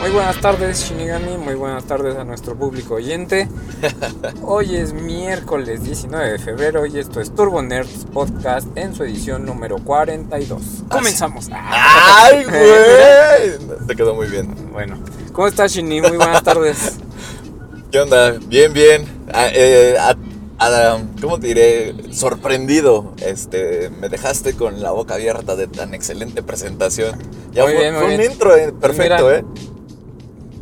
Muy buenas tardes Shinigami, muy buenas tardes a nuestro público oyente. Hoy es miércoles 19 de febrero y esto es Turbo Nerds Podcast en su edición número Ah, 42. Comenzamos. Ah, ¡Ay, güey! Te quedó muy bien. Bueno, ¿cómo estás Shini? Muy buenas tardes. ¿Qué onda? Bien, bien. A- eh, a- a- ¿Cómo te diré? Sorprendido. Este, me dejaste con la boca abierta de tan excelente presentación. Ya Muy fue, bien, muy fue un bien. intro eh, perfecto, Mira. ¿eh?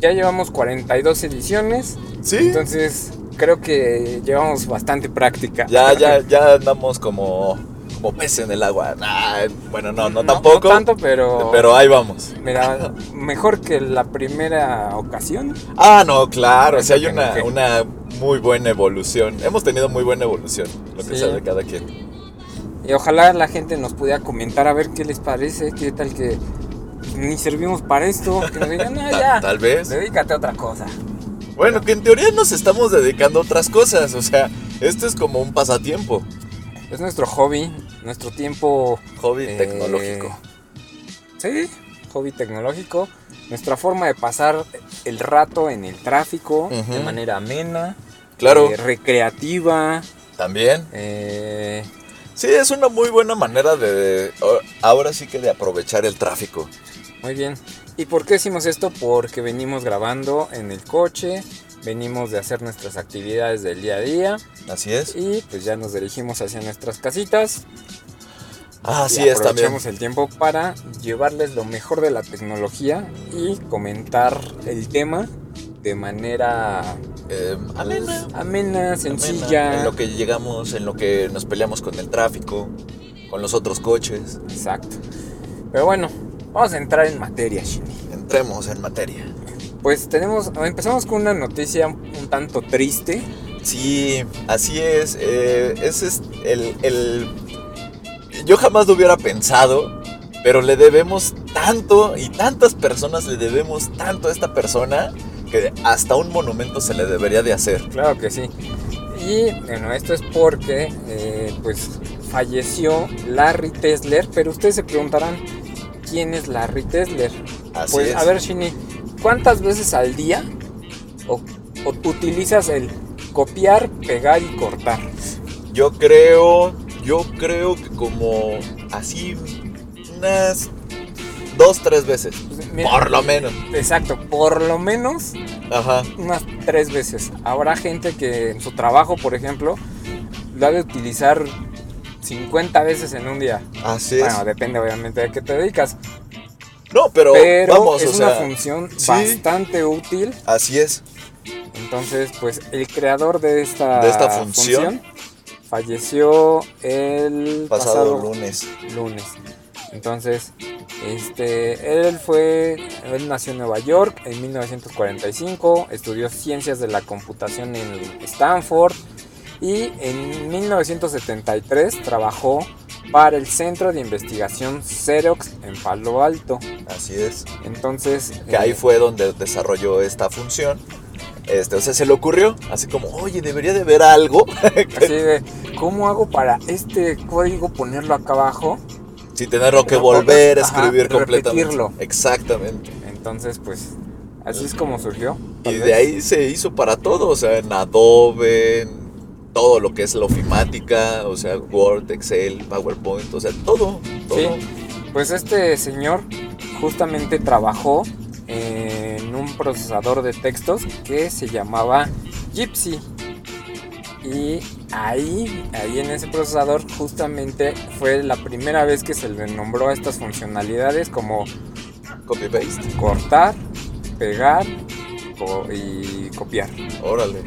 Ya llevamos 42 ediciones, Sí. entonces creo que llevamos bastante práctica. ya, ya, ya andamos como, como pez en el agua. Nah, bueno, no, no, tampoco. No tanto, pero... Pero ah. ahí vamos. Mira, mejor que la primera ocasión. Ah, no, claro. Si hay Ok, una, ok. una muy buena evolución. Hemos tenido muy buena evolución. Lo que Sí. sea de cada quien. Y ojalá la gente nos pudiera comentar a ver qué les parece, qué tal que ni servimos para esto, que nos digan, no, Ta- ya, tal vez. dedícate a otra cosa. Bueno, que en teoría nos estamos dedicando a otras cosas, o sea, esto es como un pasatiempo, Es nuestro hobby, nuestro tiempo... hobby eh, tecnológico. Sí, hobby tecnológico. Nuestra forma de pasar el rato en el tráfico Ujú. de manera amena, Claro, eh, recreativa. también. eh, Sí, es una muy buena manera de, o- ahora sí que de aprovechar el tráfico. Muy bien. ¿Y por qué hicimos esto? Porque venimos grabando en el coche, venimos de hacer nuestras actividades del día a día Así es. y pues ya nos dirigimos hacia nuestras casitas. Ah, Así y es también. aprovechamos el tiempo para llevarles lo mejor de la tecnología y comentar el tema de manera Eh, pues, amena, amena, amena, sencilla. En lo que llegamos, en lo que nos peleamos con el tráfico, con los otros coches. Exacto. Pero bueno, vamos a entrar en materia, Shini. Entremos en materia. Pues tenemos, empezamos con una noticia un tanto triste. Sí, así es. eh, ese es el, el- Yo jamás lo hubiera pensado, pero le debemos tanto y tantas personas le debemos tanto a esta persona que hasta un monumento se le debería de hacer. Claro que sí. Y bueno, esto es porque eh, pues falleció Larry Tesler, pero ustedes se preguntarán quién es Larry Tesler. Así pues es. a ver, Shini, ¿cuántas veces al día o, o utilizas el copiar, pegar y cortar? Yo creo, yo creo que como así unas dos, tres veces. Pues, mira, Por lo menos. Exacto, por lo menos Ajá. unas tres veces. Habrá gente que en su trabajo, por ejemplo, lo ha de utilizar 50 veces en un día. Así es. Bueno, depende obviamente de qué te dedicas. no, pero, pero vamos, es o una sea, función sí. bastante útil. así es. Entonces, pues el creador de esta, De esta función. falleció el Pasado lunes. lunes. Entonces, este, él fue, él nació en Nueva York en 1945, estudió ciencias de la computación en Stanford y en 1973 trabajó para el Centro de Investigación Xerox en Palo Alto. Así es. Entonces, que ahí eh, fue donde desarrolló esta función. Este, o sea, se le ocurrió, así como, oye, debería de ver algo. Así de, ¿cómo hago para este código ponerlo acá abajo? Sin tenerlo que Ajá, volver a escribir completamente. repetirlo. Exactamente. Entonces, pues, así es como surgió. Y de ahí se hizo para todo, o sea, en Adobe, en todo lo que es la ofimática, o sea, Word, Excel, PowerPoint, o sea, todo, todo. Sí, pues este señor justamente trabajó en un procesador de textos que se llamaba Gypsy. Y ahí, ahí en ese procesador justamente fue la primera vez que se le nombró a estas funcionalidades como Copy paste. cortar, pegar co- y copiar. Órale.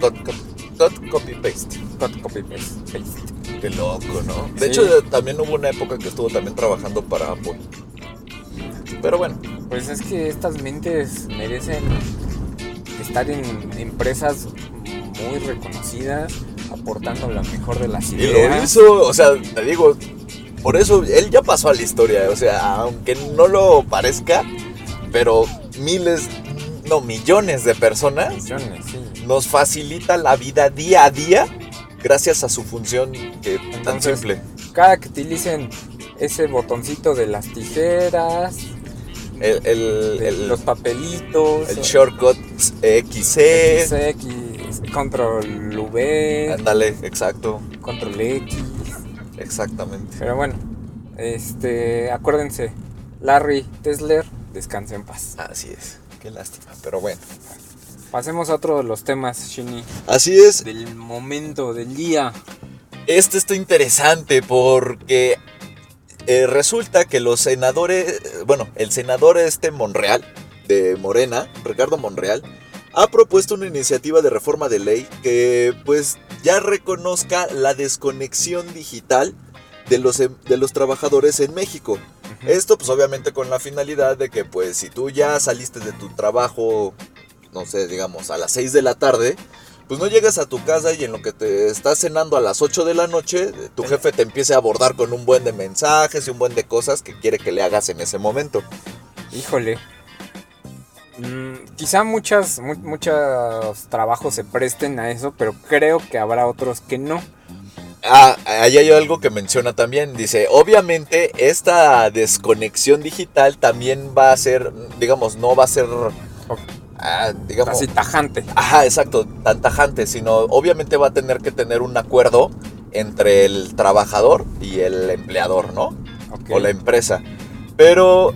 Cut, cut, cut, copy paste. Cut, copy, paste, paste. Qué loco, ¿no? De Sí. hecho, también hubo una época que estuvo también trabajando para Apple. Pero bueno. Pues es que estas mentes merecen estar en empresas muy reconocidas, aportando lo mejor de las Y lo ideas. hizo, o sea, te digo, por eso él ya pasó a la historia, o sea, aunque no lo parezca, pero miles, no, millones de personas Millones, sí. nos facilita la vida día a día gracias a su función que tan Entonces, simple. Cada que utilicen ese botoncito de las tijeras, El, el, de el, los papelitos, el shortcut XC. XX, control V, Ándale, exacto, control X. exactamente. Pero bueno, este, acuérdense, Larry Tesler, descanse en paz. Así es, qué lástima, pero bueno. Pasemos a otro de los temas, Shini, Así es, del momento, del día. Este está interesante porque eh, resulta que los senadores, eh, bueno, el senador este Monreal, de Morena, Ricardo Monreal, ha propuesto una iniciativa de reforma de ley que pues ya reconozca la desconexión digital de los, em- de los trabajadores en México. Esto pues obviamente con la finalidad de que pues si tú ya saliste de tu trabajo, no sé, digamos a las 6 de la tarde, pues no llegas a tu casa y en lo que te estás cenando a las 8 de la noche, tu jefe te empiece a abordar con un buen de mensajes y un buen de cosas que quiere que le hagas en ese momento. Híjole. Mm, quizá muchas, mu- muchos trabajos se presten a eso, pero creo que habrá otros que no. Ah, ahí hay algo que menciona también. Dice, obviamente esta desconexión digital también va a ser, digamos, no va a ser, ah, digamos, Así tajante. Ajá, exacto, tan tajante, sino obviamente va a tener que tener un acuerdo entre el trabajador y el empleador, ¿no? Ok. O la empresa. Pero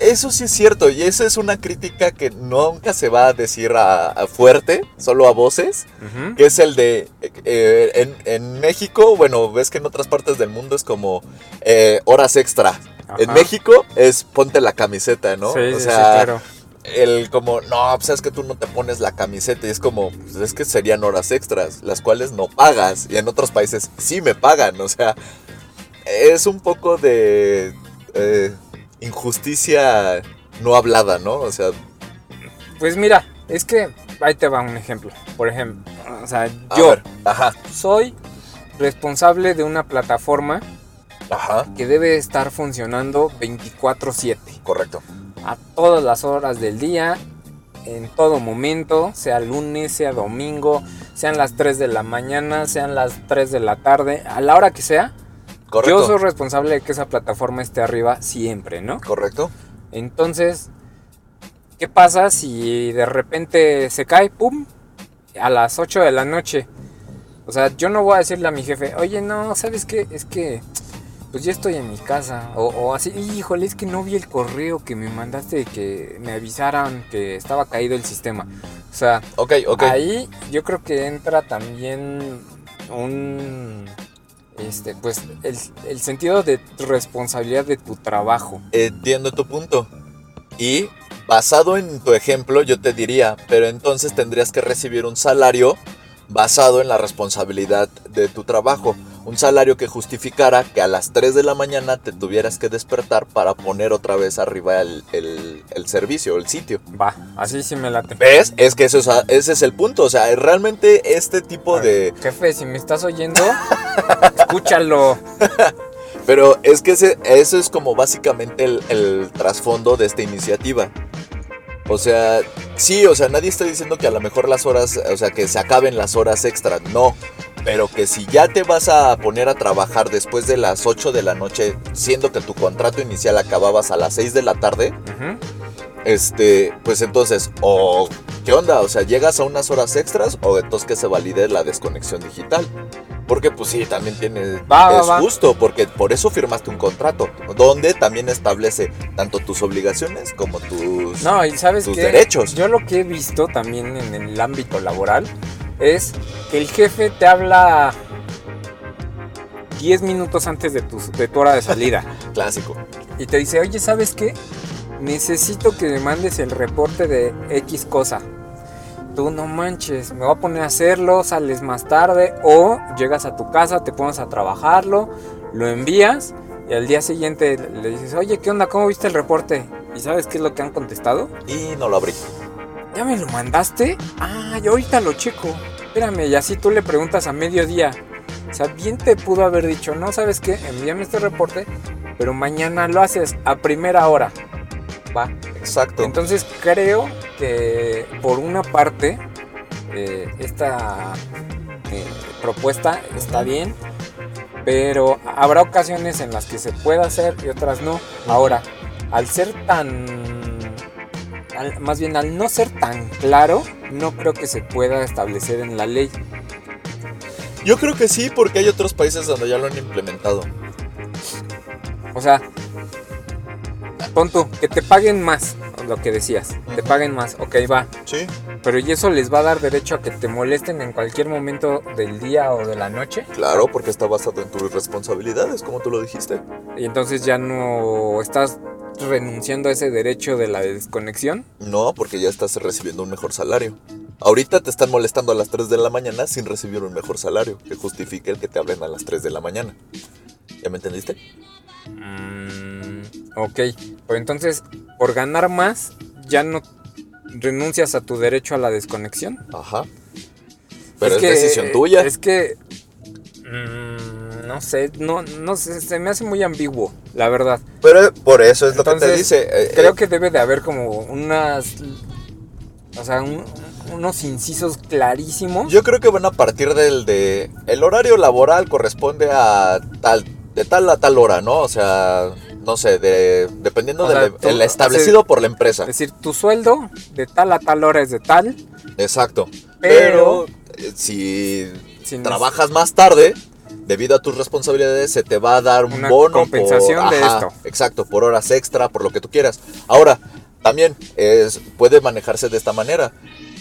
eso sí es cierto y esa es una crítica que nunca se va a decir a, a fuerte, solo a voces, Ujú. que es el de, eh, en, en México, bueno, ves que en otras partes del mundo es como eh, horas extra. En Ajá. México es ponte la camiseta, ¿no? Sí, o sí, sea, sí, claro. el como, no, pues es que tú no te pones la camiseta y es como, pues es que serían horas extras, las cuales no pagas y en otros países sí me pagan, o sea, es un poco de eh, injusticia no hablada, ¿no? O sea, Pues mira, es que ahí te va un ejemplo. Por ejemplo, o sea, a yo ver, ajá, soy responsable de una plataforma ajá, que debe estar funcionando 24/7, correcto, a todas las horas del día, en todo momento, sea lunes, sea domingo, sean las 3 de la mañana, sean las 3 de la tarde, a la hora que sea, correcto, yo soy responsable de que esa plataforma esté arriba siempre, ¿no? correcto, Entonces, ¿qué pasa si de repente se cae, pum, a las 8 de la noche? O sea, yo no voy a decirle a mi jefe, oye, no, ¿sabes qué? Es que, pues ya estoy en mi casa. O, o así, híjole, es que no vi el correo que me mandaste de que me avisaran que estaba caído el sistema. O sea, ok, ok, ahí yo creo que entra también un, este, pues, el, el sentido de responsabilidad de tu trabajo. entiendo tu punto. Y basado en tu ejemplo, yo te diría, pero entonces tendrías que recibir un salario basado en la responsabilidad de tu trabajo. Un salario que justificara que a las 3 de la mañana te tuvieras que despertar para poner otra vez arriba el, el- el servicio, el sitio. Va, así sí me late. ¿Ves? Es que eso es a- ese es el punto. O sea, realmente este tipo de... Jefe, si me estás oyendo, escúchalo. Pero es que ese, eso es como básicamente el, el trasfondo de esta iniciativa. O sea, sí, o sea, nadie está diciendo que a lo mejor las horas, o sea, que se acaben las horas extra, no. Pero que si ya te vas a poner a trabajar después de las 8 de la noche, siendo que tu contrato inicial acababas a las 6 de la tarde, Ujú. este, pues entonces, o qué onda, o sea, llegas a unas horas extras o entonces que se valide la desconexión digital. Porque pues sí, también tiene Va, va, es va. justo, porque por eso firmaste un contrato donde también establece tanto tus obligaciones como tus No, y sabes Tus qué? derechos. Yo lo que he visto también en el ámbito laboral es que el jefe te habla 10 minutos antes de tu, de tu hora de salida clásico. y te dice, oye, ¿sabes qué? Necesito que me mandes el reporte de X cosa. Tú no manches, me voy a poner a hacerlo, sales más tarde o llegas a tu casa, te pones a trabajarlo, lo envías y al día siguiente le dices, oye, ¿qué onda? ¿Cómo viste el reporte? ¿Y sabes qué es lo que han contestado? Y no lo abrí. ¿Ya me lo mandaste? Ah, yo ahorita lo checo. espérame, y así tú le preguntas a mediodía. O sea, bien te pudo haber dicho, no, ¿sabes qué? Envíame este reporte, pero mañana lo haces a primera hora. Va. Exacto. Entonces creo que por una parte eh, esta eh, propuesta está bien, pero habrá ocasiones en las que se pueda hacer y otras no. Ahora, al ser tan... al- más bien al no ser tan claro, no creo que se pueda establecer en la ley. Yo creo que sí, porque hay otros países donde ya lo han implementado. O sea, tonto, que te paguen más, lo que decías, te paguen más, ok, va. Sí, Pero ¿y eso les va a dar derecho a que te molesten en cualquier momento del día o de la noche? claro, porque está basado en tus responsabilidades, como tú lo dijiste. Y entonces ya no estás renunciando a ese derecho de la desconexión. No, porque ya estás recibiendo un mejor salario. Ahorita te están molestando a las 3 de la mañana sin recibir un mejor salario, que justifique el que te hablen a las 3 de la mañana. ¿Ya me entendiste? Mm, ok, pues entonces por ganar más ya no renuncias a tu derecho a la desconexión. Ajá. Pero es, que- decisión tuya. Es que. mm, no sé, no, no sé, se me hace muy ambiguo, la verdad. Pero por eso es lo que te Entonces, dice. eh, Creo eh, que debe de haber como unas. O sea, un- unos incisos clarísimos. Yo creo que van a partir del de. El horario laboral corresponde a tal. De tal a tal hora, ¿no? O sea, no sé, de, dependiendo O del sea, tú- el establecido por la empresa. es decir, tu sueldo de tal a tal hora es de tal. Exacto. Pero- Pero, eh, si sin- trabajas más tarde, debido a tus responsabilidades, se te va a dar un Una bono. compensación de esto. Exacto, por horas extra, por lo que tú quieras. Ahora, también es, puede manejarse de esta manera.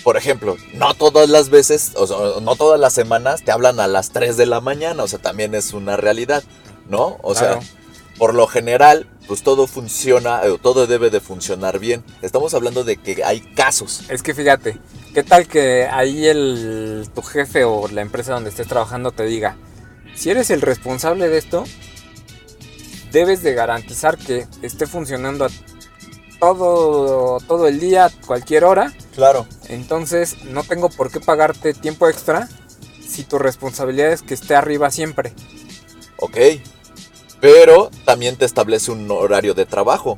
Por ejemplo, no todas las veces, o sea, no todas las semanas te hablan a las 3 de la mañana, o sea, también es una realidad, ¿no? O Claro. sea, por lo general, pues todo funciona, eh, todo debe de funcionar bien. Estamos hablando de que hay casos. Es que fíjate, ¿qué tal que ahí el tu jefe o la empresa donde estés trabajando te diga, si eres el responsable de esto, debes de garantizar que esté funcionando a todo todo el día, a cualquier hora, Claro. entonces no tengo por qué pagarte tiempo extra si tu responsabilidad es que esté arriba siempre. Ok. Pero también te establece un horario de trabajo.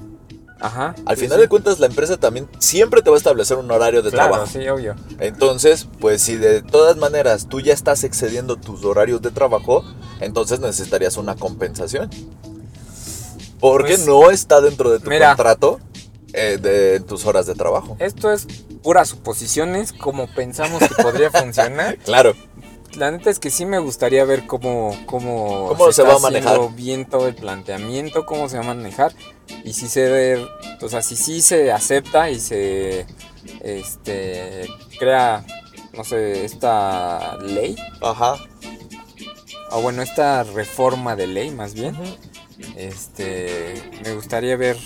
Ajá. Al sí, final sí. de cuentas, la empresa también siempre te va a establecer un horario de Claro, trabajo. sí, obvio. Entonces, pues si de todas maneras tú ya estás excediendo tus horarios de trabajo, entonces necesitarías una compensación. Porque Pues, no está dentro de tu mira. contrato eh, de tus horas de trabajo. Esto es puras suposiciones, como pensamos que podría funcionar. Claro, La neta es que sí me gustaría ver cómo, cómo, ¿Cómo se va está a manejar? haciendo bien todo el planteamiento, cómo se va a manejar y si se ve, o sea, si sí se acepta y se este crea no sé, esta ley ajá. o bueno, esta reforma de ley más bien. Este, me gustaría ver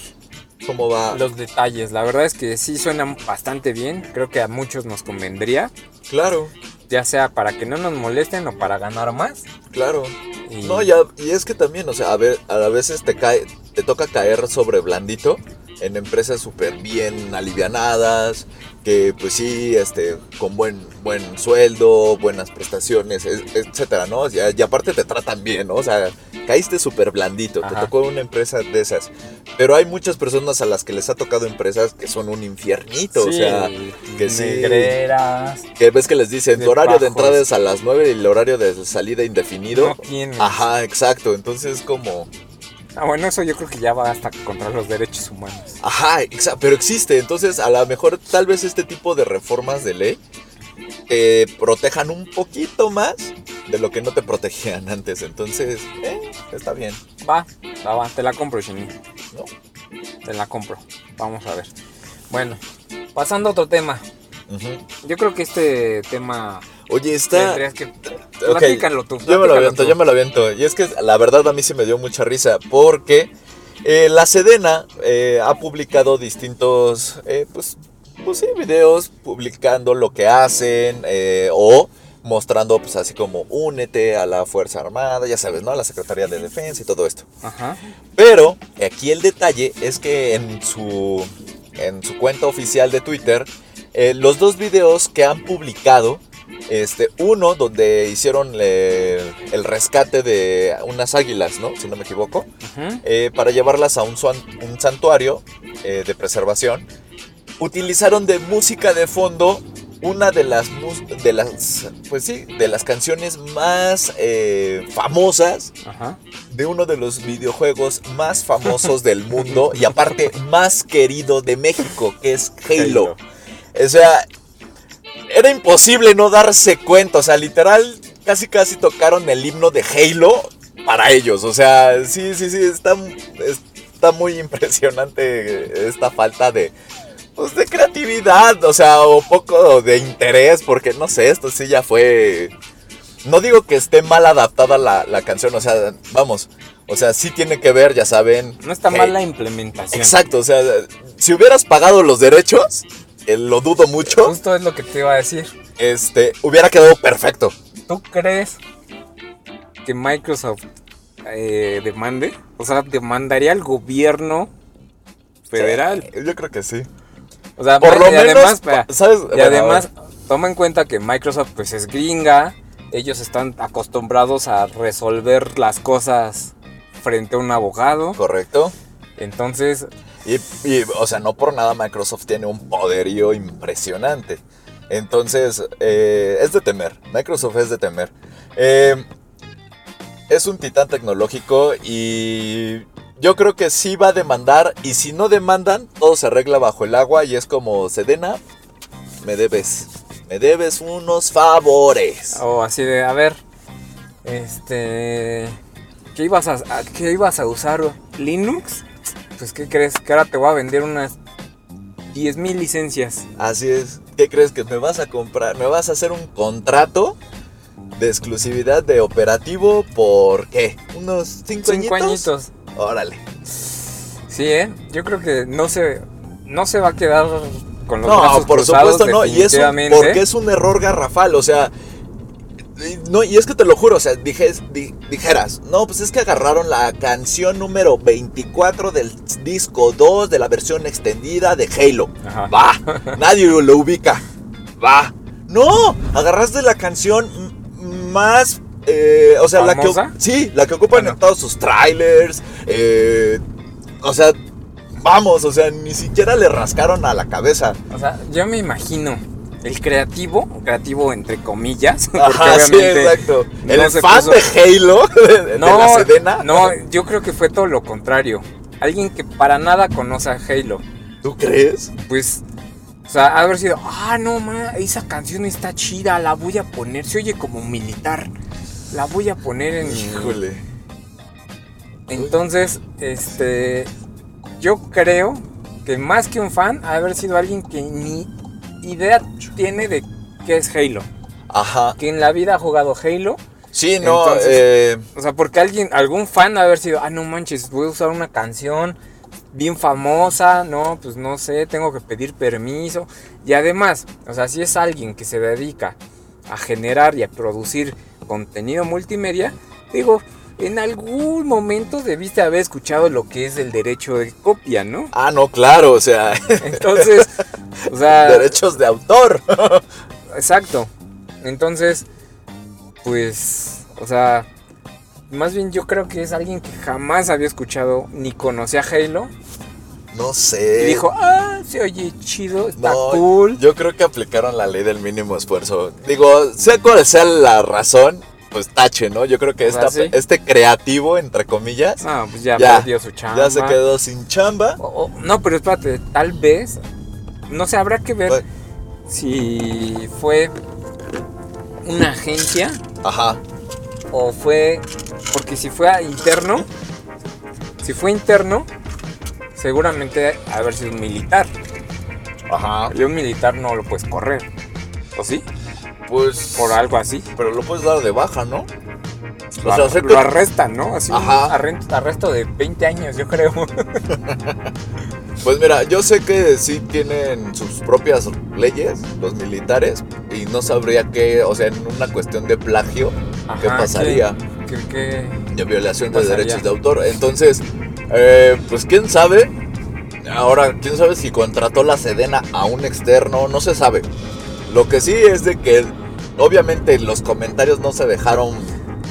¿Cómo va? los detalles. La verdad es que sí suena bastante bien, creo que a muchos nos convendría, Claro, ya sea para que no nos molesten o para ganar más. claro. Y- No, ya, y es que también, o sea, a ver, a veces te cae, te toca caer sobre blandito en empresas súper bien alivianadas, que pues sí, este, con buen, buen sueldo, buenas prestaciones, e- etcétera, ¿no? Y, a- y aparte te tratan bien, ¿no? O sea, caíste súper blandito, te Ajá. tocó una empresa de esas. Pero hay muchas personas a las que les ha tocado empresas que son un infiernito, o sea, que sí. negreras, que ves que les dicen, De tu horario de bajos. entrada es a las 9 y el horario de salida indefinido. no tienes. Ajá, exacto. Entonces como, Ah, bueno, eso yo creo que ya va hasta contra los derechos humanos. ajá, exa- pero existe. Entonces a lo mejor tal vez este tipo de reformas de ley te protejan un poquito más de lo que no te protegían antes. Entonces, eh, está bien. Va, va, va, te la compro, Shinny. ¿no? Te la compro. Vamos a ver. Bueno, pasando a otro tema. Ujú. Yo creo que este tema Oye, está... tendrías que. ok, Platícalo tú. Yo me lo platícalo aviento, tú. yo me lo aviento. Y es que la verdad a mí sí me dio mucha risa porque eh, la Sedena eh, ha publicado distintos, eh, pues, pues sí, videos publicando lo que hacen eh, o mostrando pues así como únete a la Fuerza Armada, ya sabes, ¿no? A la Secretaría de Defensa y todo esto. Ajá. Pero aquí el detalle es que en su, en su cuenta oficial de Twitter, eh, los dos videos que han publicado Este, uno donde hicieron eh, el rescate de unas águilas, ¿no? Si no me equivoco. Ujú. eh, para llevarlas a un, suan- un santuario eh, de preservación, utilizaron de música de fondo una de las, mus- de las, pues sí, de las canciones más eh, famosas Ajá. de uno de los videojuegos más famosos del mundo y aparte más querido de México, que es Halo. O sea, era imposible no darse cuenta, o sea, literal, casi casi tocaron el himno de Halo para ellos, o sea, sí, sí, sí, está, está muy impresionante esta falta de... Pues de creatividad, o sea, o poco de interés, porque no sé, esto sí ya fue no digo que esté mal adaptada la, la canción, o sea, vamos, o sea, sí tiene que ver, ya saben. No está que- mal la implementación. Exacto, o sea, si hubieras pagado los derechos, eh, lo dudo mucho, Justo es lo que te iba a decir. este, hubiera quedado perfecto. ¿Tú crees que Microsoft eh, demande? O sea, demandaría al gobierno federal. Yo creo que sí. O sea, Por lo y menos, además, pa- ¿sabes? y Bueno, además, toma en cuenta que Microsoft pues es gringa. Ellos están acostumbrados a resolver las cosas frente a un abogado. correcto. Entonces, Y, y, o sea, no por nada Microsoft tiene un poderío impresionante. Entonces, eh, es de temer. Microsoft es de temer. Eh, es un titán tecnológico y yo creo que sí va a demandar. Y si no demandan, todo se arregla bajo el agua y es como, Sedena, me debes. Me debes unos favores. o así de, a ver, este, ¿qué ibas a, a- qué ibas a usar? ¿Linux? Pues, ¿qué crees? Que ahora te voy a vender unas 10.000 licencias. Así es. ¿Qué crees que me vas a comprar? ¿Me vas a hacer un contrato de exclusividad de operativo por qué? ¿Unos cinco, Cinco añitos? añitos. Órale. Sí, ¿eh? Yo creo que no se, no se va a quedar con los brazos No, por cruzados, supuesto no. Y eso definitivamente. porque es un error garrafal. O sea, y- no, y es que te lo juro, o sea, dije, di- dijeras, no, pues es que agarraron la canción número 24 del disco 2 de la versión extendida de Halo. Ajá. Va, nadie lo ubica. Va. No, agarraste la canción m- más. eh, o sea, la ¿Famosa? que. Sí, la que ocupan Bueno. en todos sus trailers. eh, o sea, vamos, o sea, ni siquiera le rascaron a la cabeza. O sea, yo me imagino el creativo, creativo entre comillas, porque Ajá, sí, obviamente exacto. no El se fan puso- de Halo, de, de la Sedena. no, yo creo que fue todo lo contrario. Alguien que para nada conoce a Halo, ¿Tú crees? pues, o sea, haber sido, ah, no, ma, esa canción está chida, la voy a poner, se oye como militar, la voy a poner en... mi- Híjole. Entonces, este, yo creo que más que un fan, ha haber sido alguien que ni idea tiene de qué es Halo, Ajá. que en la vida ha jugado Halo. Sí, no, Entonces- eh, O sea, porque alguien, algún fan ha de haber sido, ah, no manches, voy a usar una canción bien famosa, no, pues no sé, tengo que pedir permiso. Y además, o sea, si es alguien que se dedica a generar y a producir contenido multimedia, digo, en algún momento debiste haber escuchado lo que es el derecho de copia, ¿no? Ah, no, claro, o sea, Entonces, o sea, derechos de autor. Exacto. Entonces, pues, o sea, más bien yo creo que es alguien que jamás había escuchado ni conocía a Halo No y sé. dijo, ah, se oye chido, está No, cool. Yo creo que aplicaron la ley del mínimo esfuerzo. Digo, sea cual sea la razón, pues tache, ¿no? Yo creo que sea, esta- sí. este creativo, entre comillas, No, pues ya, Ya, perdió su chamba. ya se quedó sin chamba. O- o- no, pero espérate, tal vez, no sé, habrá que ver Ay. si fue una agencia Ajá. o fue porque si fue a interno si fue interno seguramente haber sido un militar Ajá. y un militar no lo puedes correr o sí Pues. por algo así Pero lo puedes dar de baja, ¿no? lo, O sea, sé lo que- arrestan no así un Ajá. arren- arresto de 20 años yo creo Pues mira, yo sé que sí tienen sus propias leyes, los militares, y no sabría qué, o sea, en una cuestión de plagio, qué Ajá, pasaría. que, que- que- de violación de Pasaría. derechos de autor. Entonces, eh, pues quién sabe. Ahora, quién sabe si contrató la Sedena a un externo, no se sabe. Lo que sí es de que Obviamente los comentarios no se dejaron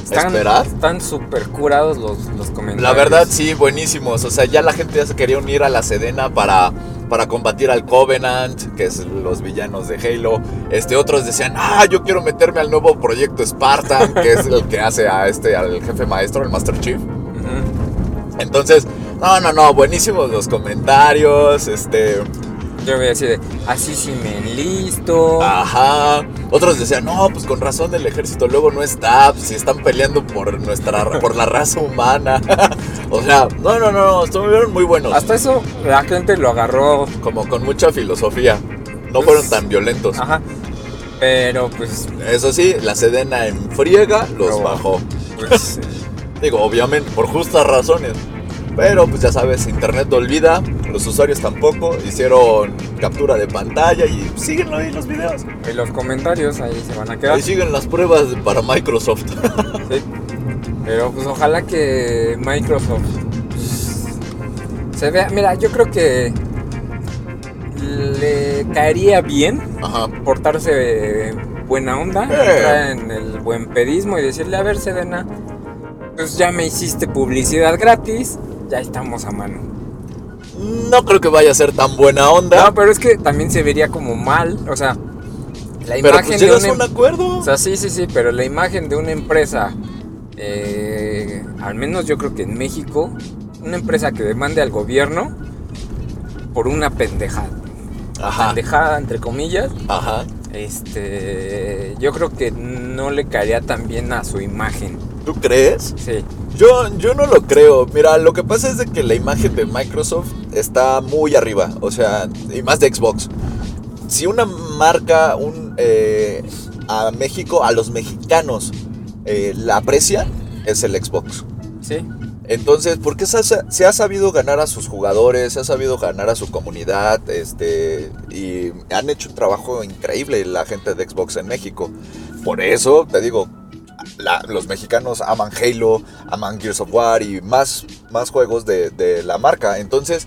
Están, esperar. Están súper curados los, los comentarios. La verdad, sí, buenísimos. O sea, ya la gente ya se quería unir a la Sedena para, para combatir al Covenant, que es los villanos de Halo. Este, otros decían, ah, yo quiero meterme al nuevo proyecto Spartan, que es el que hace a este, al jefe maestro, el Master Chief. Ujú. Entonces, no, no, no, buenísimos los comentarios. Este, Yo voy así de, así sí me enlisto. Ah, Ajá. Otros decían, no, pues con razón el ejército luego no está, pues, si están peleando por nuestra por la raza humana. o sea, no, no, no, no, estuvieron muy buenos. Hasta eso la gente lo agarró. Como con mucha filosofía. No fueron tan violentos. Ajá. Pero pues, Eso sí, la sedena en friega los No. bajó. pues, Digo, obviamente, por justas razones. Pero pues ya sabes, internet no olvida, los usuarios tampoco, hicieron captura de pantalla y síguenlo ahí los videos. en eh, los comentarios ahí se van a quedar. Ahí siguen las pruebas para Microsoft. Sí. Pero pues ojalá que Microsoft se vea. Mira, yo creo que le caería bien Ajá. portarse buena onda, Sí. entrar en el buen pedismo y decirle, a ver, Sedena, pues ya me hiciste publicidad gratis, ya estamos a mano. No creo que vaya a ser tan buena onda. No, pero es que también se vería como mal, o sea, la pero imagen pues de llegas una a un acuerdo. O sea, sí, sí, sí, pero la imagen de una empresa, eh, al menos yo creo que en México, una empresa que demande al gobierno por una pendejada, ajá. pendejada entre comillas, Ajá. este, yo creo que no le caería tan bien a su imagen. ¿Tú crees? Sí, Yo, yo no lo creo. Mira, lo que pasa es de que la imagen de Microsoft está muy arriba. O sea, y más de Xbox. Si una marca un, eh, a México, a los mexicanos, eh, la aprecia, es el Xbox. sí, Entonces, porque se ha, se ha sabido ganar a sus jugadores, se ha sabido ganar a su comunidad, este, y han hecho un trabajo increíble la gente de Xbox en México. Por eso, te digo, la- los mexicanos aman Halo, aman Gears of War y más, más juegos de, de la marca. Entonces,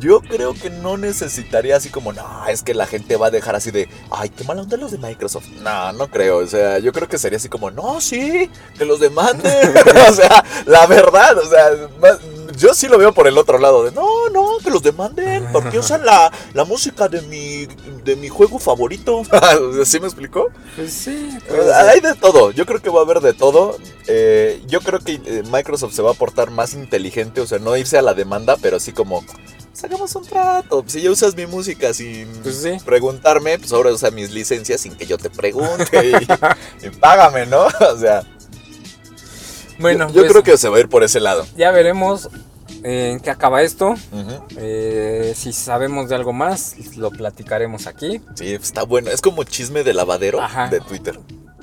yo creo que no necesitaría así como, no, es que la gente va a dejar así de, ay, qué mala onda los de Microsoft. No, no creo. O sea, yo creo que sería así como, no, sí, que los demanden. o sea, la verdad, o sea, más- yo sí lo veo por el otro lado de, no, no, que los demanden, porque usan la, la música de mi, de mi juego favorito. ¿Sí me explicó? pues sí. Eh, pues, Hay de todo, yo creo que va a haber de todo. Eh, yo creo que eh, Microsoft se va a portar más inteligente, o sea, no irse a la demanda, pero sí como, sacamos un trato. Si ya usas mi música sin Pues sí. preguntarme, pues ahora usa mis licencias sin que yo te pregunte y, y págame, ¿no? O sea, bueno, yo, yo pues, creo que se va a ir por ese lado. ya veremos eh, en qué acaba esto. Ujú. Eh, si sabemos de algo más, lo platicaremos aquí. Sí, está bueno. Es como chisme de lavadero Ajá. de Twitter.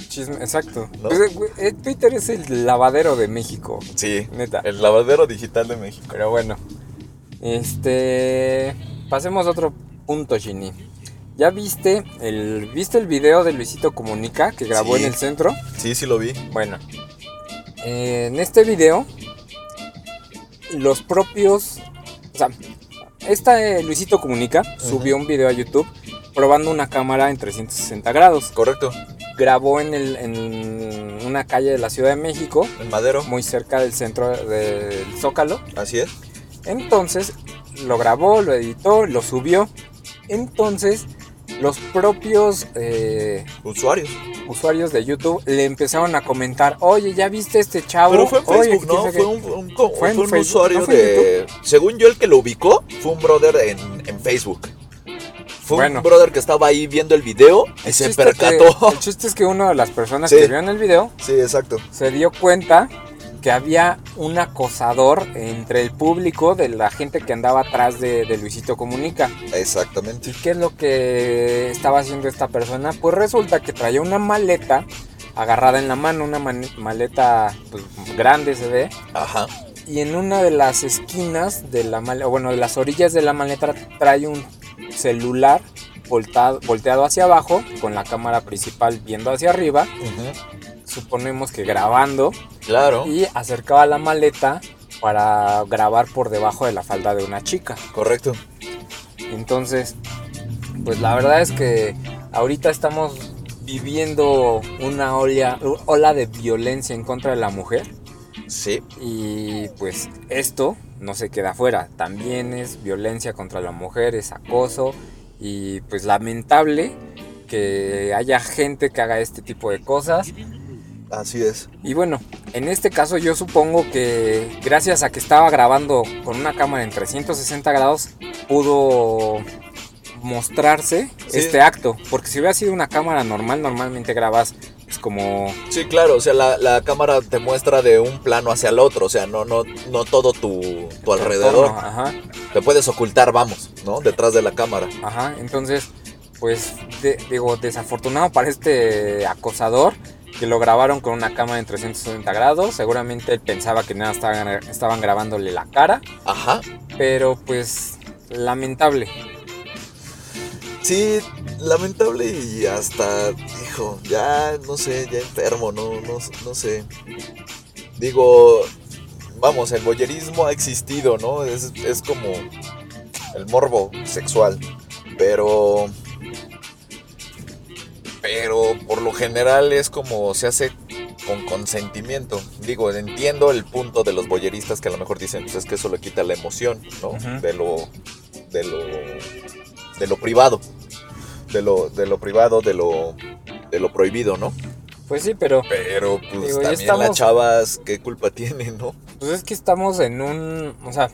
Chisme, exacto. ¿No? Pues, eh, güey, eh, Twitter es el lavadero de México, Sí, neta. el lavadero digital de México. Pero bueno, este. Pasemos a otro punto, Gini. ¿Ya viste el, viste el video de Luisito Comunica que grabó Sí. en el centro? Sí, sí lo vi. Bueno, eh, en este video, los propios. O sea, esta eh, Luisito Comunica subió un video a YouTube probando una cámara en 360 grados. Correcto, grabó en, el- en una calle de la Ciudad de México, el madero. muy cerca del centro del Zócalo. Así es. Entonces lo grabó, lo editó, lo subió. Entonces los propios eh, Usuarios. usuarios de YouTube le empezaron a comentar, oye, ¿ya viste este chavo? Pero fue en Oye, Facebook, ¿quién ¿no? sabe Fue qué?". un, un co- Fue en fue un Facebook, usuario ¿no fue en de. Según yo, el que lo ubicó fue un brother en, en Facebook. Fue Bueno. un brother que estaba ahí viendo el video y El se chiste es que- percató. el chiste es que una de las personas Sí. que vieron el video Sí, exacto. se dio cuenta que había un acosador entre el público de la gente que andaba atrás de, de Luisito Comunica. ¿Y Exactamente. qué es lo que estaba haciendo esta persona? Pues resulta que traía una maleta agarrada en la mano, una man- maleta pues, grande se ve, Ajá. y en una de las esquinas de la maleta, bueno, de las orillas de la maleta trae un celular voltado- volteado hacia abajo, con la cámara principal viendo hacia arriba, Ujú. suponemos que grabando, Claro. y acercaba la maleta para grabar por debajo de la falda de una chica. Correcto. Entonces, pues la verdad es que ahorita estamos viviendo una ola, ola de violencia en contra de la mujer. Sí, Y pues esto no se queda fuera. También es violencia contra la mujer, es acoso. Y pues lamentable que haya gente que haga este tipo de cosas. así es. Y bueno, en este caso yo supongo que gracias a que estaba grabando con una cámara en 360 grados, pudo mostrarse Sí. este acto. Porque si hubiera sido una cámara normal, normalmente grabas pues como Sí, claro, o sea, la, la cámara te muestra de un plano hacia el otro, o sea, no, no, no todo tu, tu alrededor. Torno, Ajá. Te puedes ocultar, vamos, ¿no? Detrás de la cámara. Ajá, entonces, pues, de- digo, desafortunado para este acosador que lo grabaron con una cámara en 360 grados. Seguramente él pensaba que nada estaban, estaban grabándole la cara, Ajá. pero pues, lamentable. Sí, lamentable y hasta, hijo, ya, no sé, ya enfermo, no, no, no sé. Digo, vamos, el boyerismo ha existido, ¿no? Es, es como el morbo sexual, pero... Pero por lo general es como se hace con consentimiento. Digo, entiendo el punto de los boyeristas que a lo mejor dicen, pues es que eso le quita la emoción, ¿no? Ujú. De lo... De lo de lo privado. De lo, de lo privado, de lo, de lo prohibido, ¿no? Pues sí, pero Pero Digo, pues ya también las estamos- chavas, ¿qué culpa tienen, no? pues es que estamos en un, o sea,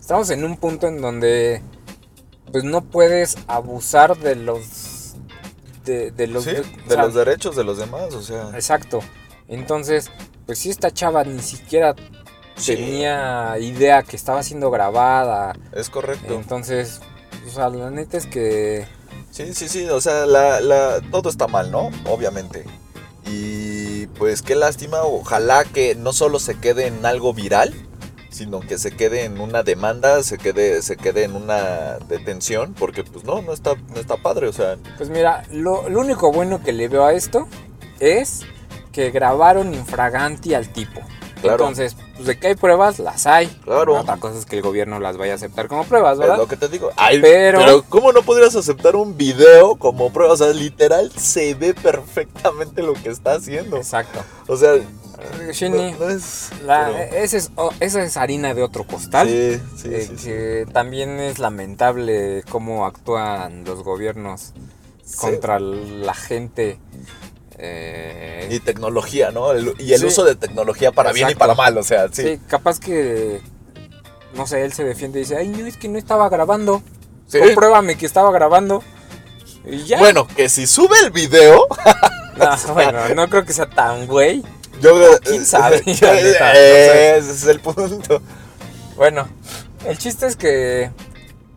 estamos en un punto en donde pues no puedes abusar de los de, de los Sí, o de sea, los derechos de los demás, o sea. Exacto. Entonces, pues si esta chava ni siquiera Sí. tenía idea que estaba siendo grabada, Es correcto. entonces, o sea, la neta es que Sí, sí, sí, o sea, la, la- todo está mal, ¿no? Obviamente. Y pues qué lástima, ojalá que no solo se quede en algo viral, sino que se quede en una demanda, se quede, se quede en una detención, porque pues no, no está, no está padre, o sea, Pues mira, lo, lo único bueno que le veo a esto es que grabaron infraganti al tipo. Claro. Entonces, pues de que hay pruebas, las hay. Claro. Otra cosa es que el gobierno las vaya a aceptar como pruebas, Es ¿verdad? lo que te digo. Ay, Pero- pero... ¿cómo no podrías aceptar un video como prueba? O sea, literal se ve perfectamente lo que está haciendo. Exacto. O sea, Shinny, no, no es. la- eh, pero- ese es, o- esa es harina de otro costal. Sí, sí, eh, sí, sí. que también es lamentable cómo actúan los gobiernos Sí. contra la gente. eh, Y tecnología, ¿no? El- y el Sí. uso de tecnología para bien y Exacto. para mal, o sea, sí. Sí, capaz que. No sé, él se defiende y dice: Ay, no, es que no estaba grabando. Sí. Compruébame que estaba grabando. Y ya. Bueno, que si sube el video, no, bueno, no creo que sea tan güey. yo ¿Quién sabe? Eh, La neta, no sé. ese es el punto. Bueno, el chiste es que.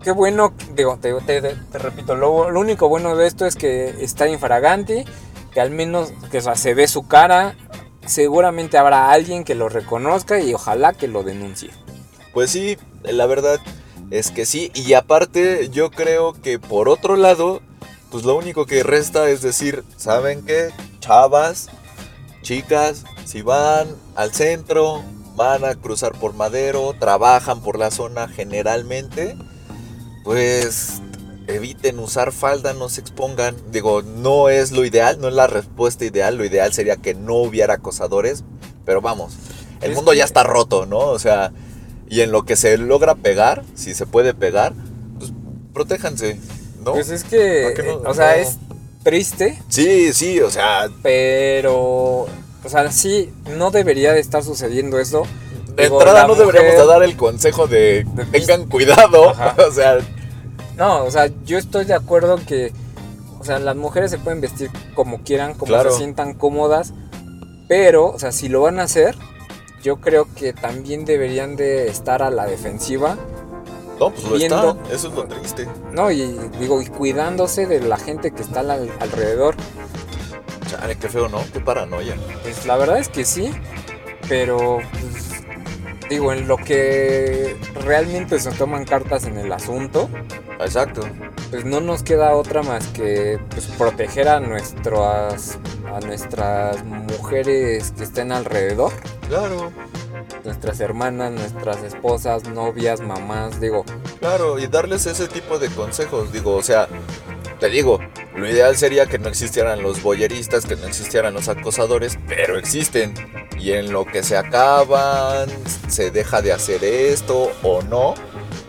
Qué bueno, digo, te, te- te- te repito, lo, lo único bueno de esto es que está infraganti, que al menos que, o sea, se ve su cara. Seguramente habrá alguien que lo reconozca y ojalá que lo denuncie. Pues sí, la verdad es que sí. Y aparte, yo creo que por otro lado, pues lo único que resta es decir, ¿saben qué? Chavas, chicas, si van al centro, van a cruzar por Madero, trabajan por la zona generalmente, pues eviten usar falda, no se expongan. Digo, no es lo ideal, no es la respuesta ideal. Lo ideal sería que no hubiera acosadores, pero vamos, el Es mundo ya que- está roto, ¿no? O sea, y en lo que se logra pegar, si se puede pegar, pues protéjanse, ¿no? Pues es que, ¿Por qué no? o sea, No. es triste, Sí, sí, o sea, pero, o sea, sí, no debería de estar sucediendo eso. De Digo, entrada la no deberíamos mujer- de dar el consejo de De- tengan cuidado. Ajá. O sea, No, o sea, yo estoy de acuerdo que, o sea, las mujeres se pueden vestir como quieran, como Claro. se sientan cómodas, pero, o sea, si lo van a hacer, yo creo que también deberían de estar a la defensiva, no, pues lo Viendo. está. Eso es lo triste. ¿no? Y digo, y cuidándose de la gente que está al- alrededor. Chale, qué feo, ¿no? Qué paranoia. Pues la verdad es que sí, pero pues, digo, en lo que realmente se toman cartas en el asunto, Exacto. pues no nos queda otra más que pues, proteger a nuestras, a nuestras mujeres que estén alrededor, Claro, nuestras hermanas, nuestras esposas, novias, mamás, digo, claro. Y darles ese tipo de consejos. Digo, o sea, te digo, Lo ideal sería que no existieran los boyeristas, que no existieran los acosadores, pero existen. Y en lo que se acaban, se deja de hacer esto o no,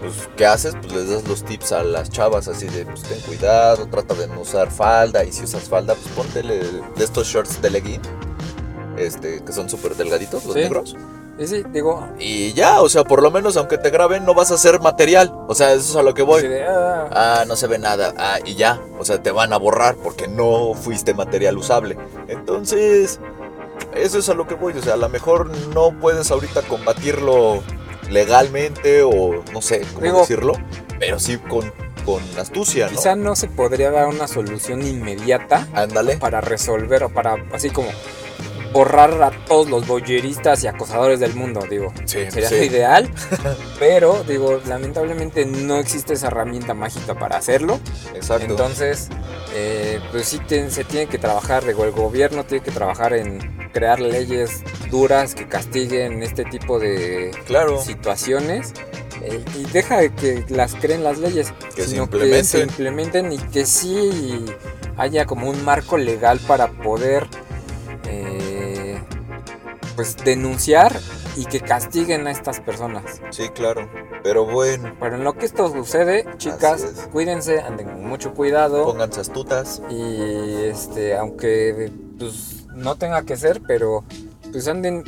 pues ¿qué haces? Pues les das los tips a las chavas así de, pues ten cuidado, trata de no usar falda y si usas falda, pues ponte de estos shorts de legging, este, que son súper delgaditos, los Sí. negros. Sí, sí, digo, Y ya, o sea, por lo menos aunque te graben, no vas a hacer material. O sea, eso es a lo que voy. así de, ah, Ah, no se ve nada. Ah, y ya. O sea, te van a borrar porque no fuiste material usable. Entonces, eso es a lo que voy. O sea, a lo mejor no puedes ahorita combatirlo legalmente o no sé cómo Digo- decirlo, pero sí con, con astucia, ¿no? quizá no se podría dar una solución inmediata Ándale. para resolver o para así como borrar a todos los boyeristas y acosadores del mundo, digo. Sí, Sería sí. lo ideal, pero digo, lamentablemente no existe esa herramienta mágica para hacerlo. Exacto. Entonces, eh, pues sí te- se tiene que trabajar, digo, el gobierno tiene que trabajar en crear leyes duras que castiguen este tipo de claro. situaciones eh, y deja de que las creen las leyes, Que se sino que implementen. se implementen y que sí haya como un marco legal para poder eh, pues denunciar y que castiguen a estas personas. Sí, claro. Pero bueno, Pero en lo que esto sucede, chicas, es. cuídense, anden con mucho cuidado. pónganse astutas. Y este, aunque pues, no tenga que ser, pero pues anden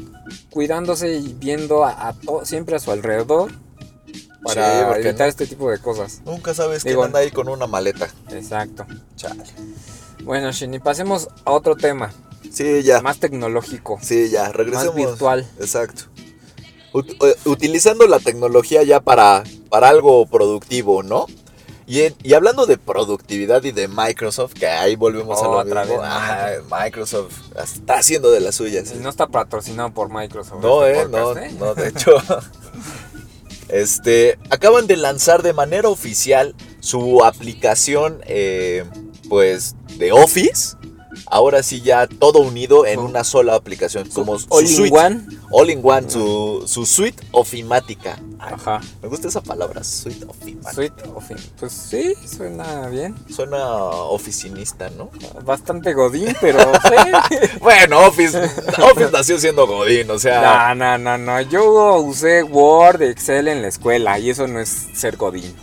cuidándose y viendo a, a to- siempre a su alrededor Sí, para porque- evitar este tipo de cosas. Nunca sabes Digo- quién anda ahí con una maleta. Exacto. Chale. Bueno, Shini, pasemos a otro tema, Sí, ya. más tecnológico, Sí, ya, más regresemos. virtual. Exacto. Ut- eh, utilizando la tecnología ya para, para algo productivo, ¿no? Y, en- y hablando de productividad y de Microsoft, que ahí volvemos a lo Otra mismo. vez, Ah, Microsoft está haciendo de las suyas. Y no está patrocinado por Microsoft. No, este eh, no, podcast, ¿eh? no, de hecho. Este, acaban de lanzar de manera oficial su aplicación, eh, pues, de Office. Ahora sí ya todo unido en Ujú. una sola aplicación, como su All in suite. one. All in one, su, su suite ofimática. Ay, Ajá. me gusta esa palabra, suite ofimática. Suite of Pues sí, suena bien. Suena oficinista, ¿no? Bastante godín, pero sí. Bueno, Office, Office nació siendo Godín, o sea. No, no, no, no. Yo usé Word, Excel en la escuela y eso no es ser godín.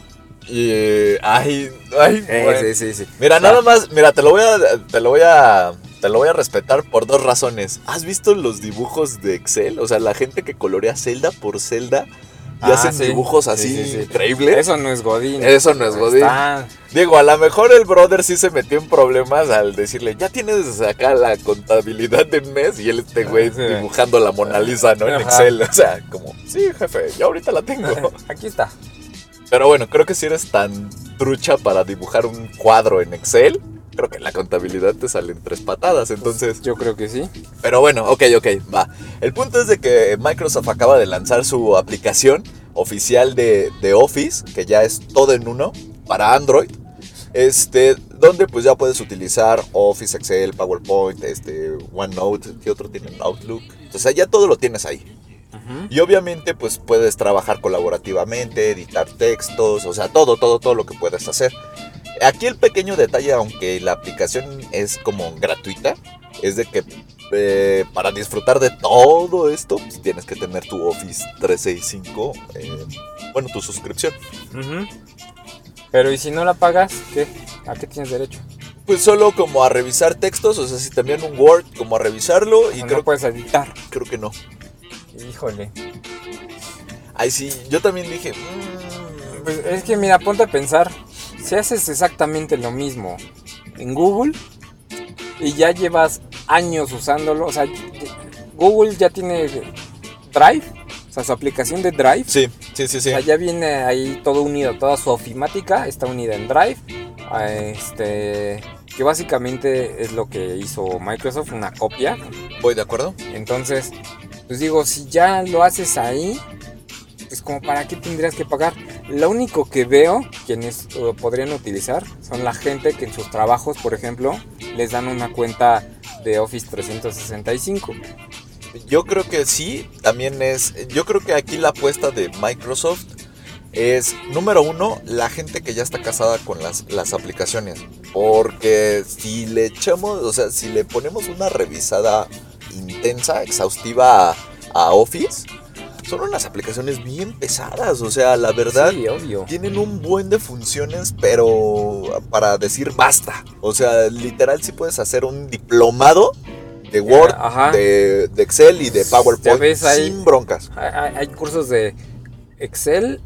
y, eh, ay, ay, bueno. Eh, sí, sí, sí. Mira, O sea, nada más, mira, te lo voy a, te lo voy a, te lo voy a respetar por dos razones. ¿Has visto los dibujos de Excel? O sea, la gente que colorea celda por celda y Ah, hacen sí. dibujos Sí, así sí, sí. increíbles. Eso no es godín. Eso no es Ahí godín. está. Digo, a lo mejor el brother sí se metió en problemas al decirle, ya tienes acá la contabilidad de un mes y él este güey Ah, sí. dibujando la Mona Lisa, ¿no? En Ajá. Excel. O sea, como, sí, jefe, yo ahorita la tengo. Aquí está. Pero bueno, creo que si eres tan trucha para dibujar un cuadro en Excel, creo que en la contabilidad te salen tres patadas. Entonces, Yo creo que sí. pero bueno, ok, ok, va. El punto es de que Microsoft acaba de lanzar su aplicación oficial de, de Office, que ya es todo en uno, para Android. Este, donde pues ya puedes utilizar Office, Excel, PowerPoint, este, OneNote, ¿qué otro tienen? Outlook. O sea, ya todo lo tienes ahí. Y obviamente pues puedes trabajar colaborativamente, editar textos, o sea, todo, todo, todo lo que puedas hacer. Aquí el pequeño detalle, aunque la aplicación es como gratuita, es de que eh, para disfrutar de todo esto pues, tienes que tener tu Office 365, eh, bueno, tu suscripción. Ujú. Pero ¿y si no la pagas? ¿Qué? ¿A qué tienes derecho? Pues solo como a revisar textos, o sea, si te envían un Word, como a revisarlo O y sea, creo, no puedes editar. creo que no. Híjole. Ay, sí, yo también dije... mm, Pues es que mira, ponte a pensar. Si haces exactamente lo mismo en Google y ya llevas años usándolo, o sea, Google ya tiene Drive, o sea, su aplicación de Drive. sí, sí, sí, sí. O sea, ya viene ahí todo unido, toda su ofimática está unida en Drive. a Este, que básicamente es lo que hizo Microsoft, una copia. Voy de acuerdo. Entonces, pues digo, si ya lo haces ahí, pues como para qué tendrías que pagar. Lo único que veo quienes eh, podrían utilizar son la gente que en sus trabajos, por ejemplo, les dan una cuenta de Office 365. Yo creo que sí, también es. Yo creo que aquí la apuesta de Microsoft es, número uno, la gente que ya está casada con las, las aplicaciones. Porque si le echamos, o sea, si le ponemos una revisada intensa, exhaustiva a, a Office, son unas aplicaciones bien pesadas. O sea, la verdad, Sí, obvio. tienen un buen de funciones, pero para decir basta. O sea, literal, si puedes hacer un diplomado de Word, ajá. de, de Excel y de Ya Ah. PowerPoint ves, ahí- sin broncas. Hay, hay- hay cursos de Excel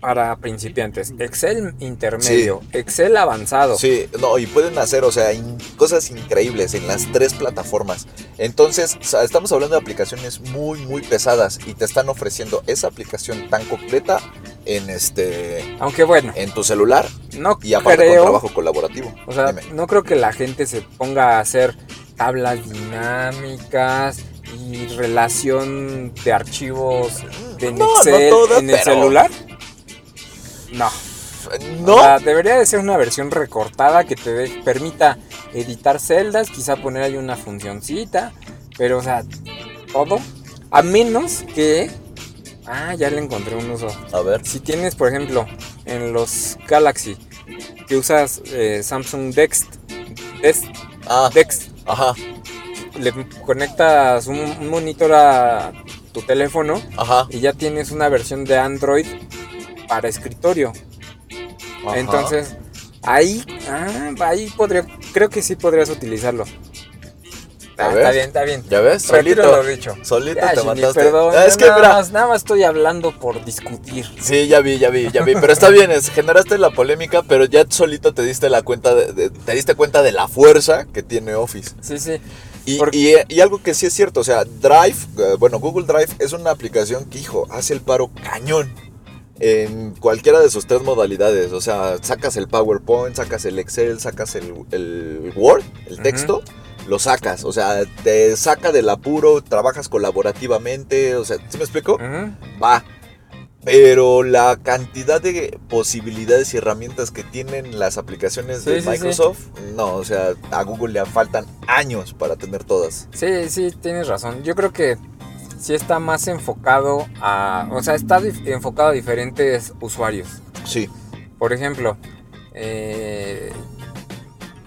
para principiantes, Excel intermedio, Excel avanzado. Sí, no, y pueden hacer, o sea, in- cosas increíbles en las tres plataformas. Entonces, o sea, estamos hablando de aplicaciones muy, muy pesadas y te están ofreciendo esa aplicación tan completa en este Aunque bueno, en tu celular no y aparte creo, con trabajo colaborativo. o sea, Dime. no creo que la gente se ponga a hacer tablas dinámicas y relación de archivos de en Mm, No, no Excel todas, en el pero- celular. No. No, O sea, debería de ser una versión recortada que te de- permita editar celdas, quizá poner ahí una funcioncita, pero o sea, todo. A menos que... Ah, ya le encontré un uso. a ver. Si tienes, por ejemplo, en los Galaxy, que usas eh, Samsung Dext, Dext, Ah, Dext, ajá, le conectas un, un monitor a tu teléfono ajá. y ya tienes una versión de Android para escritorio. Ajá. Entonces, ahí, ah, ahí podría, creo que sí podrías utilizarlo. A Ah, ver. está bien, está bien. ya ves, Retiro solito, lo dicho. solito Ya, te Jimmy, mataste. perdón, Ah, es yo que nada, mira, más, nada más estoy hablando por discutir. sí, ya vi, ya vi, ya vi, pero está bien, es- generaste la polémica, pero ya solito te diste la cuenta de- de- te diste cuenta de la fuerza que tiene Office. Sí, sí. Y, Porque- y- y algo que sí es cierto, o sea, Drive, eh, bueno, Google Drive es una aplicación que, hijo, hace el paro cañón en cualquiera de sus tres modalidades. O sea, sacas el PowerPoint, sacas el Excel, sacas el, el Word, el Ujú. texto, lo sacas. O sea, te saca del apuro, trabajas colaborativamente, o sea, ¿sí me explico? Ujú. Va. Pero la cantidad de posibilidades y herramientas que tienen las aplicaciones Sí, de sí, sí. Microsoft, no, o sea, a Google le faltan años para tener todas. Sí, sí, tienes razón. Yo creo que sí está más enfocado a, o sea, está dif- enfocado a diferentes usuarios. Sí, Por ejemplo, eh,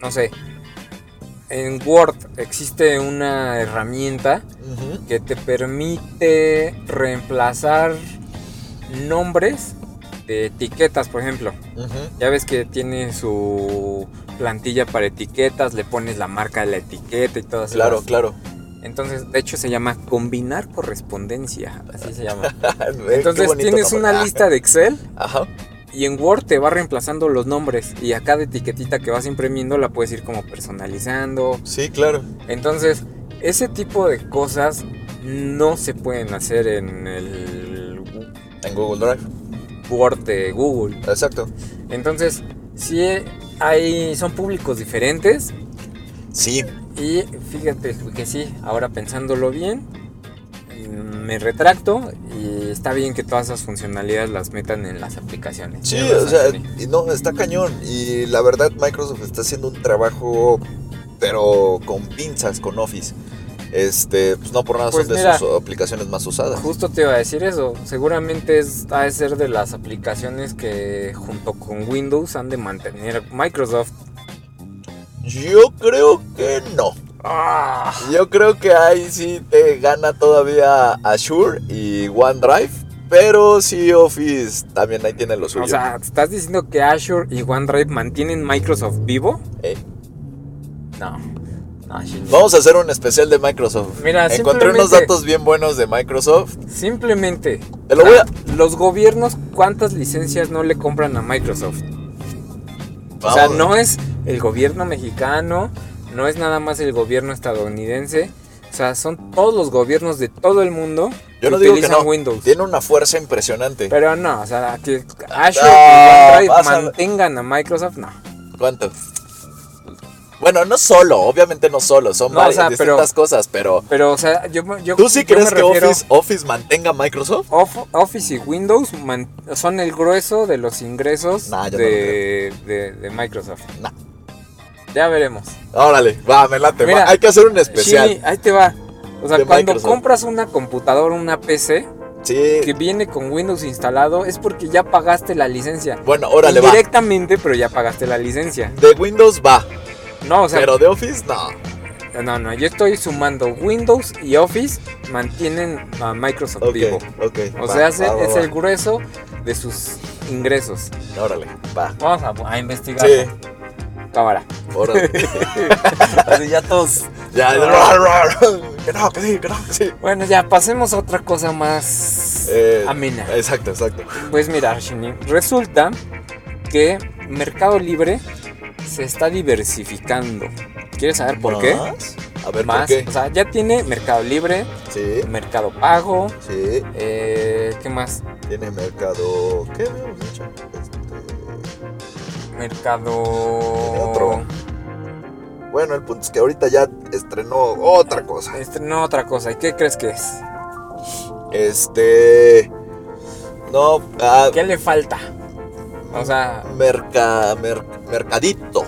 no sé, en Word existe una herramienta Ujú. que te permite reemplazar nombres de etiquetas, por ejemplo. Ujú. Ya ves que tiene su plantilla para etiquetas, le pones la marca de la etiqueta y todas claro, esas. claro. Entonces, de hecho se llama combinar correspondencia, así se llama. Qué Entonces bonito tienes nombre. una Ah, lista de Excel Ajá. y en Word te va reemplazando los nombres y a cada etiquetita que vas imprimiendo la puedes ir como personalizando. Sí, claro. Entonces, ese tipo de cosas no se pueden hacer en el En Google Drive. Word de Google. Exacto. Entonces, sí hay son públicos diferentes Sí. y fíjate que sí, ahora pensándolo bien, mm, me retracto y está bien que todas esas funcionalidades las metan en las aplicaciones. Sí, Tienes o razón, sea, pues, Jimmy. y no, está cañón. Y la verdad, Microsoft está haciendo un trabajo, pero con pinzas, con Office. Este, pues no por nada Pues son de mira. sus aplicaciones más usadas. Justo te iba a decir eso. Seguramente es, ha de ser de las aplicaciones que junto con Windows han de mantener Microsoft. Yo creo que no. Ah, Yo creo que ahí sí te gana todavía Azure y OneDrive. Pero sí, Office también ahí tiene lo suyo. o sea, ¿estás diciendo que Azure y OneDrive mantienen Microsoft vivo? Eh. No. No, Shinji. Vamos a hacer un especial de Microsoft. Mira, Encontré unos simplemente- datos bien buenos de Microsoft. Simplemente. Te lo voy a. Los gobiernos, ¿cuántas licencias no le compran a Microsoft? O Vamos. sea, no es el gobierno mexicano, no es nada más el gobierno estadounidense. O sea, son todos los gobiernos de todo el mundo Yo que no digo que utilizan no. Windows. Tiene una fuerza impresionante. Pero no, o sea, que Azure No, y OneDrive vas a- mantengan a Microsoft, no. ¿Cuánto? Bueno, no solo, obviamente no solo, son No, o varias sea, pero- distintas cosas, pero Pero, o sea, yo, yo ¿tú sí yo crees me que refiero- Office, Office mantenga a Microsoft? Off- Office y Windows man- son el grueso de los ingresos Nah, yo no lo de, de- de Microsoft. Nah. Ya veremos. Órale, va, me late, va. Mira, hay que hacer un especial. Jimmy, ahí te va. O sea, De cuando Microsoft. compras una computadora, una PC, Sí. que viene con Windows instalado es porque ya pagaste la licencia. Bueno, órale, va. Directamente, pero ya pagaste la licencia. De Windows va, No, o sea, pero de Office no. no, no, yo estoy sumando Windows y Office mantienen a Microsoft Ok, vivo. ok. O va, sea, es, va, va, es va. el grueso de sus ingresos. Órale, va. Vamos a, a investigar. Sí, Cámara. órale. Así ya todos. ya, rar, Ah. rar. que no, que sí, que no, que sí. Bueno, ya pasemos a otra cosa más Eh, amena. Exacto, exacto. Pues mira, Arshini, resulta que Mercado Libre se está diversificando. ¿Quieres saber por qué? ¿Más? A ver, Más. ¿por qué? O sea, ya tiene Mercado Libre, Sí, Mercado Pago, sí. eh, ¿qué más? Tiene mercado. ¿Qué habíamos dicho? Este, Mercado... otro. Bueno, el punto es que ahorita ya estrenó otra cosa. Este, no, otra cosa. ¿Y qué crees que es? Este. No, ah, ¿Qué le falta? O sea, merca, mer- mercadito.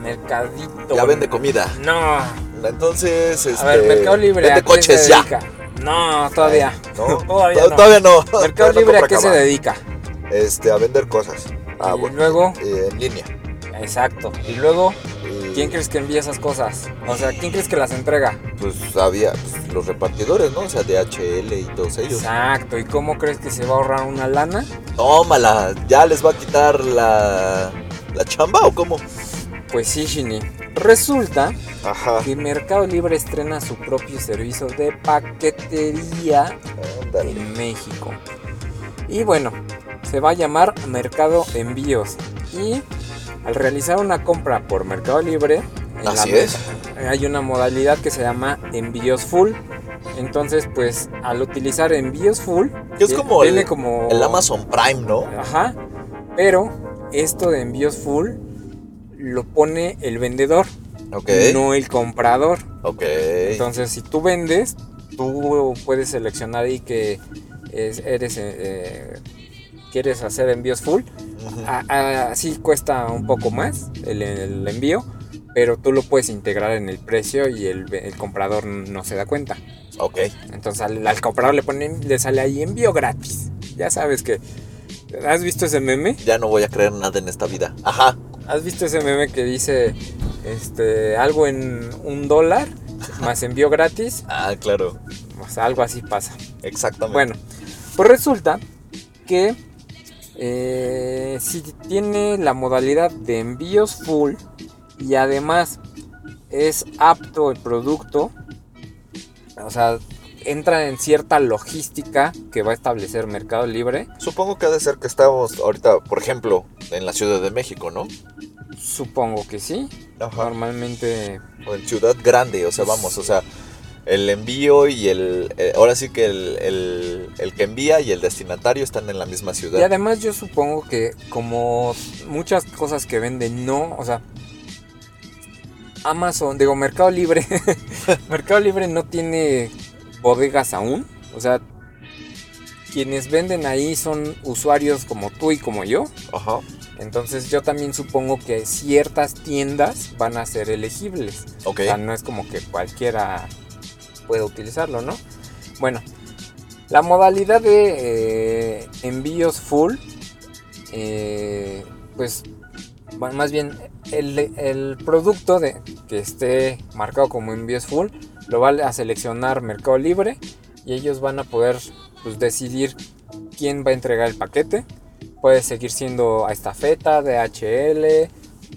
mercadito. Ya vende comida. No. Entonces, este. A ver, Mercado Libre. ¿a Vende qué coches se ya. dedica? No, todavía. No, Todavía to- no. todavía no. Mercado Todavía no Libre, ¿a compra qué se cama. dedica? Este, a vender cosas. Ah, y bueno. luego, eh, en línea. exacto. Y luego, Y, ¿quién crees que envía esas cosas? O sea, ¿quién crees que las entrega? Pues había pues, los repartidores, ¿no? O sea, DHL y todos ellos. Exacto. ¿Y cómo crees que se va a ahorrar una lana? Tómala, ¿ya les va a quitar la, la chamba o cómo? Pues sí, Shini. Resulta Ajá. que Mercado Libre estrena su propio servicio de paquetería Ándale. en México. Y bueno, se va a llamar Mercado Envíos. Y al realizar una compra por Mercado Libre, en la Así me- es. hay una modalidad que se llama envíos full. Entonces, pues al utilizar envíos full, Que es vi- como viene el- como El Amazon Prime, ¿no? Ajá. Pero esto de envíos full lo pone el vendedor, Ok. no el comprador. Ok. Entonces, si tú vendes, tú puedes seleccionar ahí que es- eres eh, quieres hacer envíos full. Ujú. A- a- Así cuesta un poco más el, el envío, pero tú lo puedes integrar en el precio y el, ve- el comprador no se da cuenta. Ok. Entonces al, al comprador le ponen, le sale ahí envío gratis. Ya sabes que. ¿Has visto ese meme? Ya no voy a creer nada en esta vida. Ajá. ¿Has visto ese meme que dice este algo en un dólar más envío gratis? Ah, claro. O sea, algo así pasa. Exactamente. Bueno, pues resulta que eh, si tiene la modalidad de envíos full y además es apto el producto, o sea, entra en cierta logística que va a establecer Mercado Libre, Supongo que ha de ser que estamos ahorita, por ejemplo, en la Ciudad de México, ¿no? supongo que sí. Normalmente O en Ciudad Grande, o sea, vamos, o sea, el envío y el... eh, ahora sí que el, el- el que envía y el destinatario están en la misma ciudad. Y además yo supongo que como muchas cosas que venden no, o sea, Amazon, digo Mercado Libre, Mercado Libre no tiene bodegas aún, o sea, quienes venden ahí son usuarios como tú y como yo, Ajá. entonces yo también supongo que ciertas tiendas van a ser elegibles. Ok. O sea, no es como que cualquiera pueda utilizarlo, ¿no? Bueno, la modalidad de eh, envíos full, eh, pues bueno, más bien el, el producto de, que esté marcado como envíos full lo va a seleccionar Mercado Libre y ellos van a poder pues, decidir quién va a entregar el paquete. Puede seguir siendo a estafeta, DHL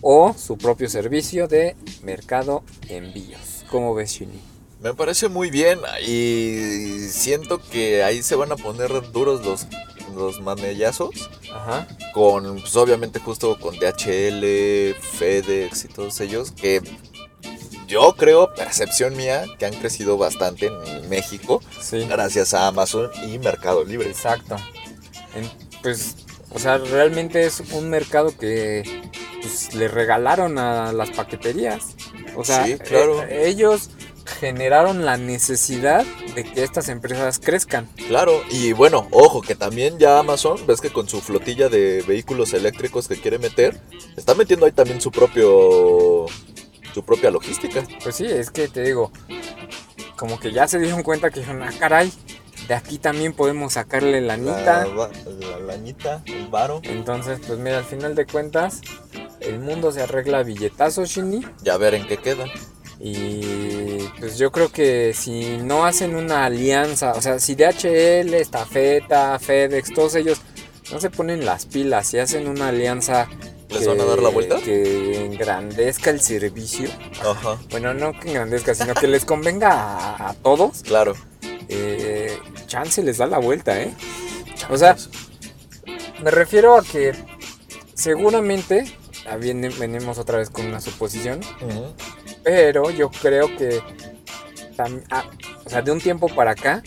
o su propio servicio de mercado envíos. ¿Cómo ves, Shini? Me parece muy bien y siento que ahí se van a poner duros los, los mamellazos Ajá. con, pues obviamente justo con DHL, FedEx y todos ellos que yo creo, percepción mía, que han crecido bastante en México Sí. gracias a Amazon y Mercado Libre. Exacto. En- pues, o sea, realmente es un mercado que pues, le regalaron a las paqueterías. O sea, Sí, claro. e- ellos generaron la necesidad de que estas empresas crezcan. Claro, y bueno, ojo, que también ya Amazon, ves que con su flotilla de vehículos eléctricos que quiere meter, está metiendo ahí también su propio su propia logística. Pues sí, es que te digo, como que ya se dieron cuenta que dijeron, ah, caray, De aquí también podemos sacarle la nita. La, va- la lanita, el varo. Entonces, pues mira, al final de cuentas, el mundo se arregla a billetazos, Shindy. Ya ver en qué queda. Y pues yo creo que si no hacen una alianza, o sea, si DHL, Estafeta, FedEx, todos ellos no se ponen las pilas y hacen una alianza ¿Les van a dar la vuelta? que engrandezca el servicio, Ajá, bueno, no que engrandezca, sino que les convenga a, a todos, claro. eh, chance les da la vuelta, ¿eh? O sea, Me refiero a que seguramente, ah, viene- venimos otra vez con una suposición, Ujú. pero yo creo que tam- ah, o sea, de un tiempo para acá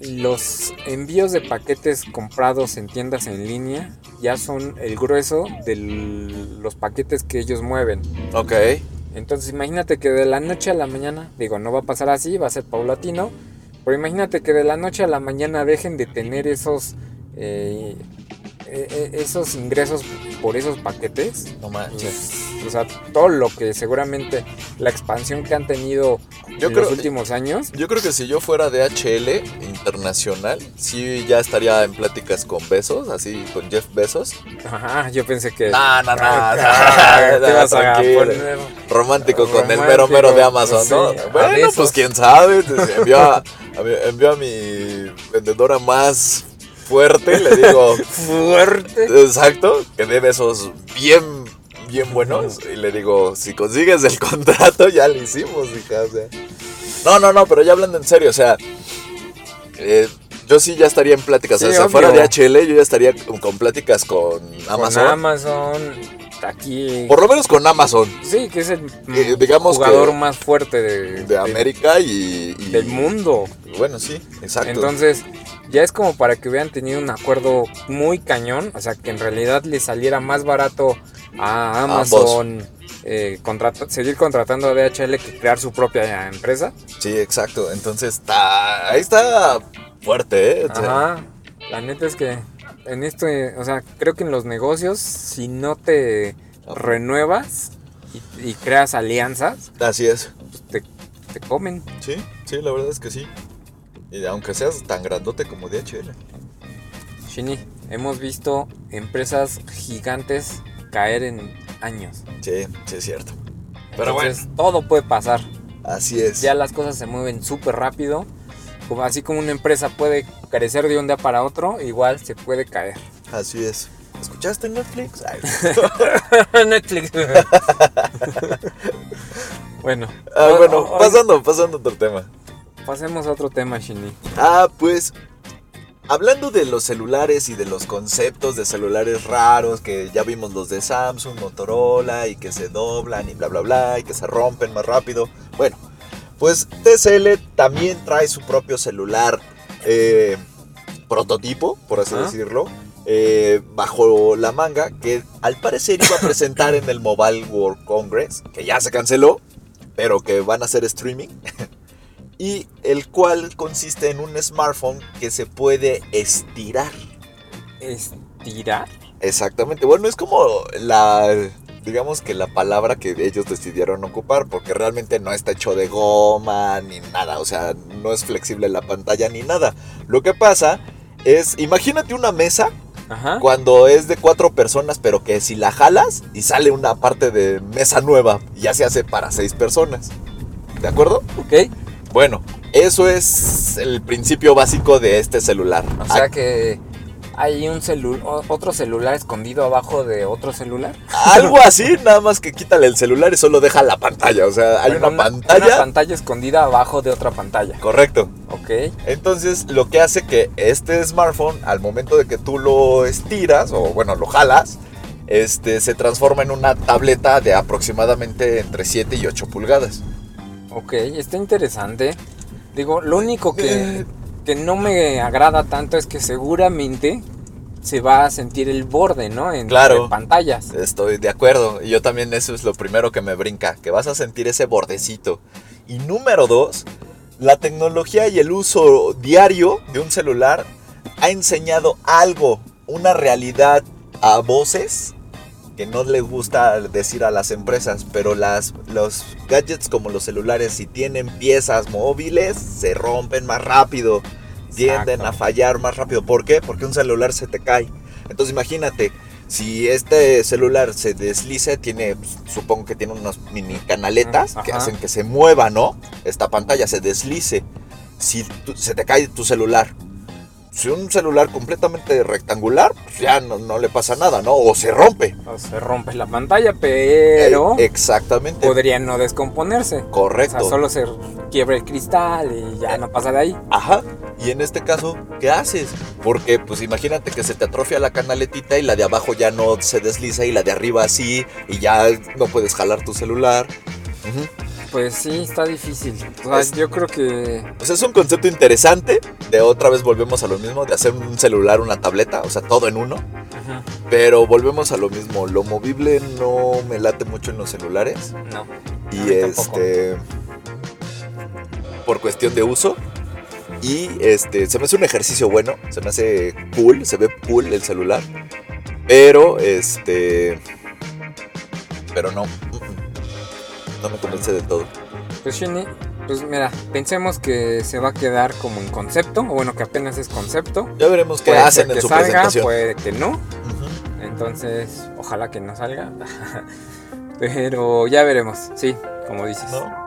los envíos de paquetes comprados en tiendas en línea ya son el grueso de los paquetes que ellos mueven. Ok, Entonces imagínate que de la noche a la mañana, digo, no va a pasar así, va a ser paulatino, pero imagínate que de la noche a la mañana dejen de tener esos, eh, eh, eh, esos ingresos por esos paquetes no manches. pues, o sea, todo lo que seguramente la expansión que han tenido Yo en creo- los últimos años. Yo creo que si yo fuera DHL internacional, sí ya estaría en pláticas con Besos, así con Jeff Besos. Ajá, yo pensé que. No, no, no, Ah, no, Eh, te vas a tranquilo. poner. Romántico con el Romántico, mero mero de Amazon, sí, ¿no? a Bueno, besos. pues quién sabe. Entonces, envió, a, a mi, envió a mi vendedora más fuerte, le digo, Fuerte. exacto, que dé besos bien, bien buenos. Y le digo, si consigues el contrato, ya lo hicimos, hija. o sea. No, no, no, pero ya hablando en serio, o sea, eh, yo sí ya estaría en pláticas. Sí, o sea, si obvio. fuera de HL, yo ya estaría con, con pláticas con Amazon. Con Amazon. Aquí. Por lo menos con Amazon. Sí, que es el Eh, digamos jugador que- más fuerte de, de América y, y- del mundo. Bueno, sí, exacto. Entonces, ya es como para que hubieran tenido un acuerdo muy cañón, o sea, que en realidad le saliera más barato a Ambos. Amazon eh, contrata- seguir contratando a DHL que crear su propia empresa. sí, exacto. Entonces está ahí está fuerte, ¿eh? O sea, Ajá. La neta es que en esto, eh, o sea, creo que en los negocios, si no te renuevas y, y creas alianzas, Así es. pues te, te comen. Sí, sí, la verdad es que sí. Y aunque seas tan grandote como DHL. Shini, hemos visto empresas gigantes caer en años. Sí, sí es cierto. Pero Entonces, todo puede pasar. bueno, así es. Ya las cosas se mueven súper rápido. Como- Así como una empresa puede crecer de un día para otro, igual se puede caer. Así es. ¿Escuchaste Netflix? Ay, Netflix. bueno, ah, o- bueno, o- pasando, pasando a otro tema. pasemos a otro tema, Shini. Ah, pues. Hablando de los celulares y de los conceptos de celulares raros, que ya vimos los de Samsung, Motorola, y que se doblan y bla bla bla, y que se rompen más rápido. Bueno, pues TCL también trae su propio celular eh, prototipo, por así Ajá. decirlo, eh, bajo la manga, que al parecer iba a presentar en el Mobile World Congress, que ya se canceló, pero que van a hacer streaming y el cual consiste en un smartphone que se puede estirar. ¿Estirar? Exactamente, bueno, es como la, digamos que la palabra que ellos decidieron ocupar, porque realmente no está hecho de goma ni nada, o sea, no es flexible la pantalla ni nada. Lo que pasa es, imagínate una mesa Ajá. cuando es de cuatro personas, pero que si la jalas y sale una parte de mesa nueva, ya se hace para seis personas. ¿De acuerdo? Ok. Bueno, eso es el principio básico de este celular. O sea que Ah. hay un celu- o- otro celular escondido abajo de otro celular. A- Algo así, nada más que quítale el celular y solo deja la pantalla. O sea, hay Bueno, una, pantalla. Una pantalla escondida abajo de otra pantalla. Correcto. Ok. Entonces, lo que hace que este smartphone, al momento de que tú lo estiras, o bueno, lo jalas, este, se transforma en una tableta de aproximadamente entre 7 y 8 pulgadas. Ok, está interesante. Digo, lo único que, Eh. que no me agrada tanto es que seguramente se va a sentir el borde, ¿no? En Claro. pantallas. Estoy de acuerdo. Y yo también eso es lo primero que me brinca, que vas a sentir ese bordecito. Y número dos, la tecnología y el uso diario de un celular ha enseñado algo, una realidad a voces que no le gusta decir a las empresas, pero las, los gadgets como los celulares, si tienen piezas móviles, se rompen más rápido, tienden a fallar más rápido. ¿Por qué? Porque un celular se te cae. Entonces imagínate, si este celular se desliza, tiene, pues, supongo que tiene unas mini canaletas Ajá. que hacen que se mueva, ¿no? Esta pantalla se deslice. Si tú- se te cae tu celular, si un celular completamente rectangular, pues ya no, no le pasa nada, ¿no? O se rompe. O se rompe la pantalla, pero Eh, Exactamente. podría no descomponerse. O Correcto. Eh. sea, solo se quiebra el cristal y ya no pasa de ahí. Ajá. Y en este caso, ¿qué haces? Porque, pues imagínate que se te atrofia la canaletita y la de abajo ya no se desliza y la de arriba sí, y ya no puedes jalar tu celular. Ujú. Pues sí, está difícil. O sea, Es- yo creo que Pues es un concepto interesante. De otra vez volvemos a lo mismo, de hacer un celular, una tableta, o sea, todo en uno. ujú, Pero volvemos a lo mismo. Lo movible no me late mucho en los celulares. no. A Y mí tampoco. este. Por cuestión de uso. Y este. Se me hace un ejercicio bueno. Se me hace cool. Se ve cool el celular. Pero este. Pero no. mm, No me convence de todo. Pues Shini, pues mira, pensemos que se va a quedar como en concepto, o bueno, que apenas es concepto. Ya veremos qué Puede ser hacen en que su salga, presentación. puede que no. Ujú. Entonces, ojalá que no salga. Pero ya veremos, sí, como dices. ¿no?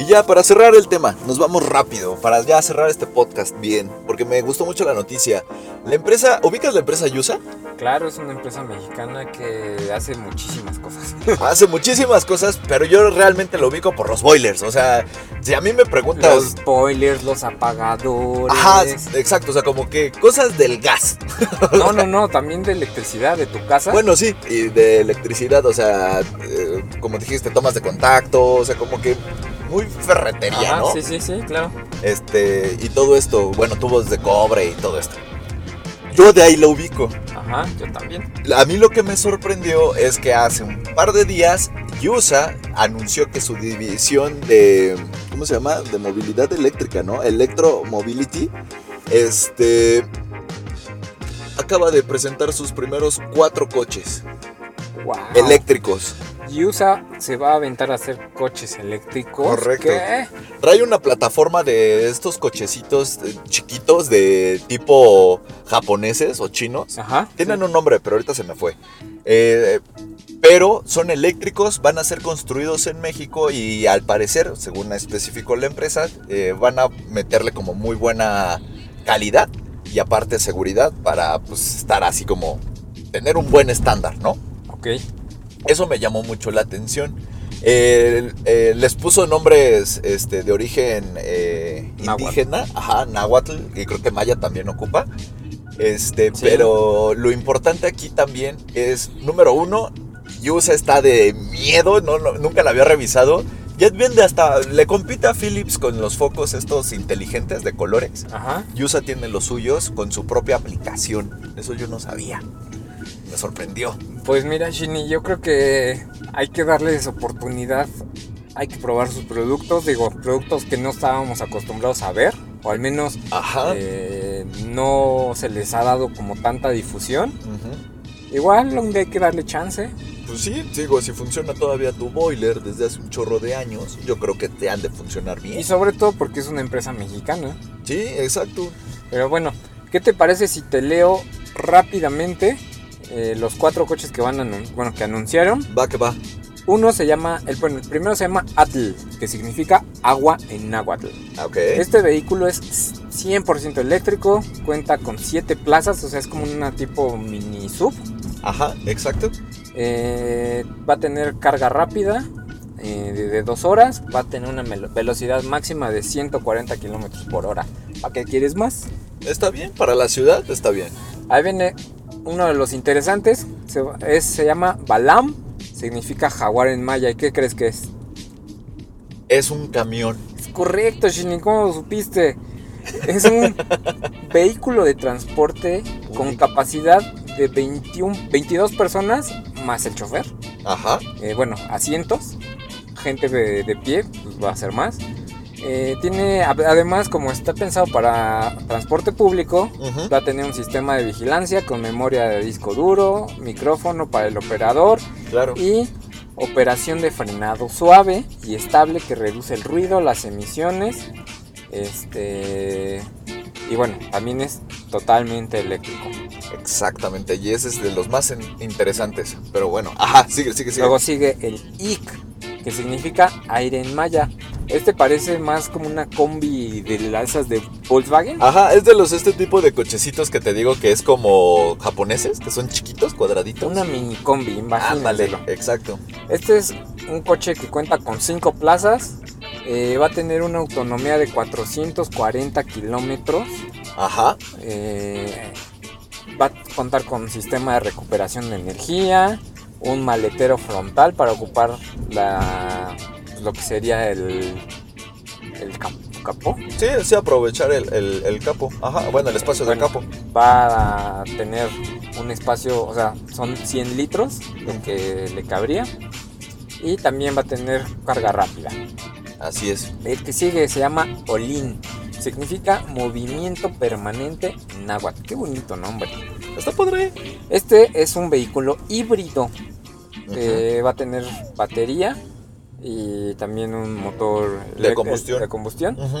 Y ya para cerrar el tema, nos vamos rápido para ya cerrar este podcast bien, porque me gustó mucho la noticia. La empresa, ¿ubicas la empresa Yusa? Claro, es una empresa mexicana que hace muchísimas cosas. Hace muchísimas cosas, pero yo realmente lo ubico por los boilers, o sea, si a mí me preguntas Los spoilers, los apagadores. Ajá, exacto, o sea, como que cosas del gas. No, no, no, también de electricidad de tu casa. Bueno, sí, y de electricidad, o sea, eh, como dijiste, tomas de contacto, o sea, como que muy Ajá, ferretería, ¿no? sí, sí, sí, claro. Este, y todo esto, bueno, tubos de cobre y todo esto. Yo de ahí lo ubico. Ajá, yo también. A mí lo que me sorprendió es que hace un par de días Yusa anunció que su división de ¿cómo se llama? de movilidad eléctrica, ¿no? Electromobility este acaba de presentar sus primeros cuatro coches Wow. eléctricos. Y USA se va a aventar a hacer coches eléctricos. Correcto. que- Trae una plataforma de estos cochecitos eh, chiquitos de tipo japoneses o chinos. Ajá. Tienen un nombre, pero ahorita se me fue. Eh, pero son eléctricos, van a ser construidos en México y al parecer, según especificó la empresa, eh, van a meterle como muy buena calidad y aparte seguridad para pues, estar así como tener un buen estándar, ¿no? Ok. Eso me llamó mucho la atención. Eh, eh, les puso nombres este, de origen eh, Náhuatl. indígena, ajá, náhuatl, y creo que maya también ocupa. Este, Sí. Pero lo importante aquí también es, número uno, Yusa está de miedo, no, no- nunca la había revisado. Ya vende hasta, le compite a Philips con los focos estos inteligentes de colores. Ajá. Yusa tiene los suyos con su propia aplicación. Eso yo no sabía. Me sorprendió. Pues mira, Shini, yo creo que hay que darles oportunidad. Hay que probar sus productos. Digo, productos que no estábamos acostumbrados a ver. O al menos Ajá. eh, no se les ha dado como tanta difusión. Ujú. Igual donde hay que darle chance. Pues sí, digo, si funciona todavía tu boiler desde hace un chorro de años, yo creo que te han de funcionar bien. Y sobre todo porque es una empresa mexicana. Sí, exacto. Pero bueno, ¿qué te parece si te leo rápidamente eh, los cuatro coches que van a anun- bueno, que anunciaron? Va que va. Uno se llama, el, bueno, el primero se llama Atl, que significa agua en náhuatl. Ok. Este vehículo es 100% eléctrico, cuenta con 7 plazas, o sea, es como una tipo mini sub. Ajá, exacto. Eh, va a tener carga rápida eh, de- de 2 horas, va a tener una melo- velocidad máxima de 140 kilómetros por hora. ¿Para qué quieres más? Está bien, para la ciudad está bien. Ahí viene uno de los interesantes. Se, es- se llama Balam. Significa jaguar en maya. ¿Y qué crees que es? Es un camión. Es correcto, Shinin. ¿Cómo lo supiste? Es un vehículo de transporte con Uy. capacidad de 21, 22 personas más el chofer. Ajá. Eh, bueno, asientos. Gente de, de pie, pues va a ser más. Eh, tiene, ad- además, como está pensado para transporte público, Ujú. Va a tener un sistema de vigilancia con memoria de disco duro, micrófono para el operador Claro. y operación de frenado suave y estable que reduce el ruido, las emisiones, este y bueno, también es totalmente eléctrico. Exactamente. Y ese es de los más en- interesantes. Pero bueno. Ajá, sigue, sigue, sigue. Luego sigue el IC, que significa aire en malla. Este parece más como una combi de las esas de Volkswagen. Ajá, es de los este tipo de cochecitos que te digo que es como japoneses, que son chiquitos, cuadraditos. Una mini combi, Ándale, imagínatelo. exacto. Este es un coche que cuenta con 5 plazas. eh, va a tener una autonomía de 440 kilómetros. Ajá, Eh, va a contar con sistema de recuperación de energía, un maletero frontal para ocupar la, pues, lo que sería el, el cap- capó. sí, sí, aprovechar el, el- el capo. Ajá, bueno, el espacio del Bueno. capo. Va a tener un espacio, o sea, son 100 litros lo que le cabría. Y también va a tener carga rápida. Así es. El que sigue se llama Olin. Significa movimiento permanente en náhuatl. Qué bonito nombre. Está padre. Este es un vehículo híbrido que va a tener batería y también un motor De elec- combustión. de combustión. Ujú.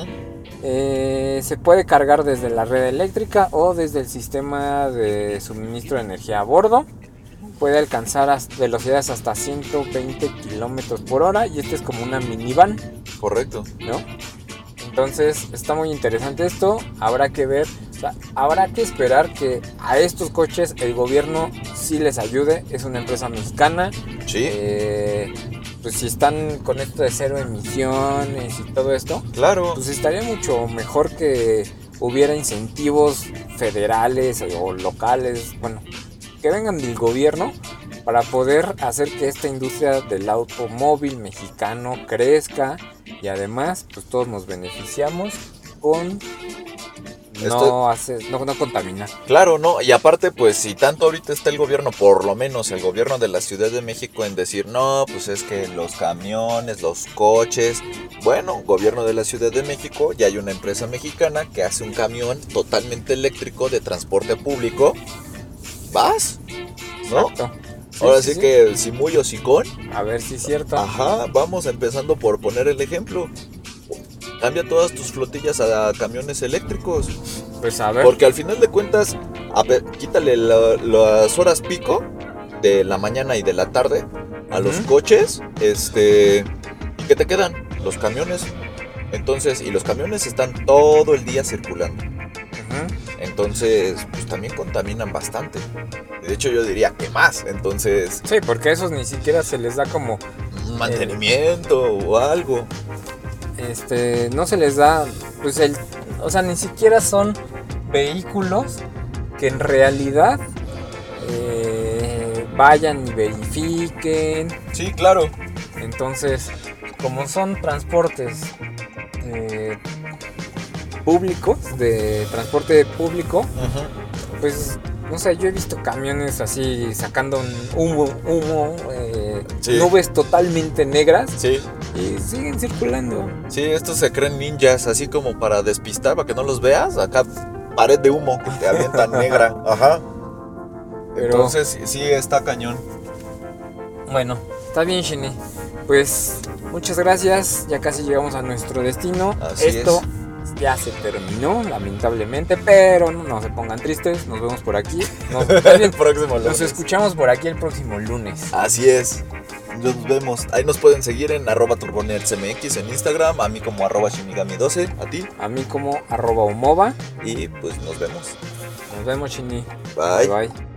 Eh, se puede cargar desde la red eléctrica o desde el sistema de suministro de energía a bordo. Puede alcanzar as- velocidades hasta 120 kilómetros por hora y este es como una minivan, Ujú, Correcto. ¿no? Entonces está muy interesante esto. Habrá que ver, o sea, habrá que esperar que a estos coches el gobierno sí les ayude. Es una empresa mexicana, Sí, eh, pues si están con esto de cero emisiones y todo esto, claro. pues estaría mucho mejor que hubiera incentivos federales o locales, bueno, que vengan del gobierno para poder hacer que esta industria del automóvil mexicano crezca y además pues todos nos beneficiamos con no, Esto- hacer, no, no contaminar. Claro, ¿no? Y aparte, pues si tanto ahorita está el gobierno, por lo menos el gobierno de la Ciudad de México en decir, no, pues es que los camiones, los coches, bueno, gobierno de la Ciudad de México, ya hay una empresa mexicana que hace un camión totalmente eléctrico de transporte público, vas, ¿no? Exacto. Sí, Ahora sí, sí, sí. que Ah. si muy hocicón, A ver si es cierto. ajá, vamos empezando por poner el ejemplo. Cambia todas tus flotillas a camiones eléctricos. Pues a ver. Porque al final de cuentas, a ver, quítale la- las horas pico de la mañana y de la tarde a los Ujú. coches, este, ¿y qué te quedan? Los camiones. Entonces, y los camiones están todo el día circulando. Ujú. Entonces, pues también contaminan bastante. De hecho, yo diría que más. Entonces, Sí, porque a esos ni siquiera se les da como, un mantenimiento o algo. este, no se les da, pues el, o sea, ni siquiera son vehículos que en realidad eh, vayan y verifiquen. Sí, claro. Entonces, como son transportes eh, públicos, de transporte público, pues no sé, yo he visto camiones así sacando un humo, humo eh, Sí. nubes totalmente negras Sí, y siguen circulando. sí, estos se creen ninjas, así como para despistar, para que no los veas. Acá, pared de humo que te avientan negra. Ajá. Pero- Entonces, sí, está cañón. Bueno, está bien, Shine. Pues muchas gracias. Ya casi llegamos a nuestro destino. Así Esto ya se terminó, lamentablemente, pero no, no se pongan tristes. Nos vemos por aquí. Nos, más bien, El próximo nos lunes. escuchamos por aquí el próximo lunes. Así es. Nos vemos. Ahí nos pueden seguir en arroba turbonerdsmx en Instagram, a mí como arroba shimigami12, a ti. A mí como arroba omova. Y pues nos vemos. Nos vemos, Shini. Bye. bye.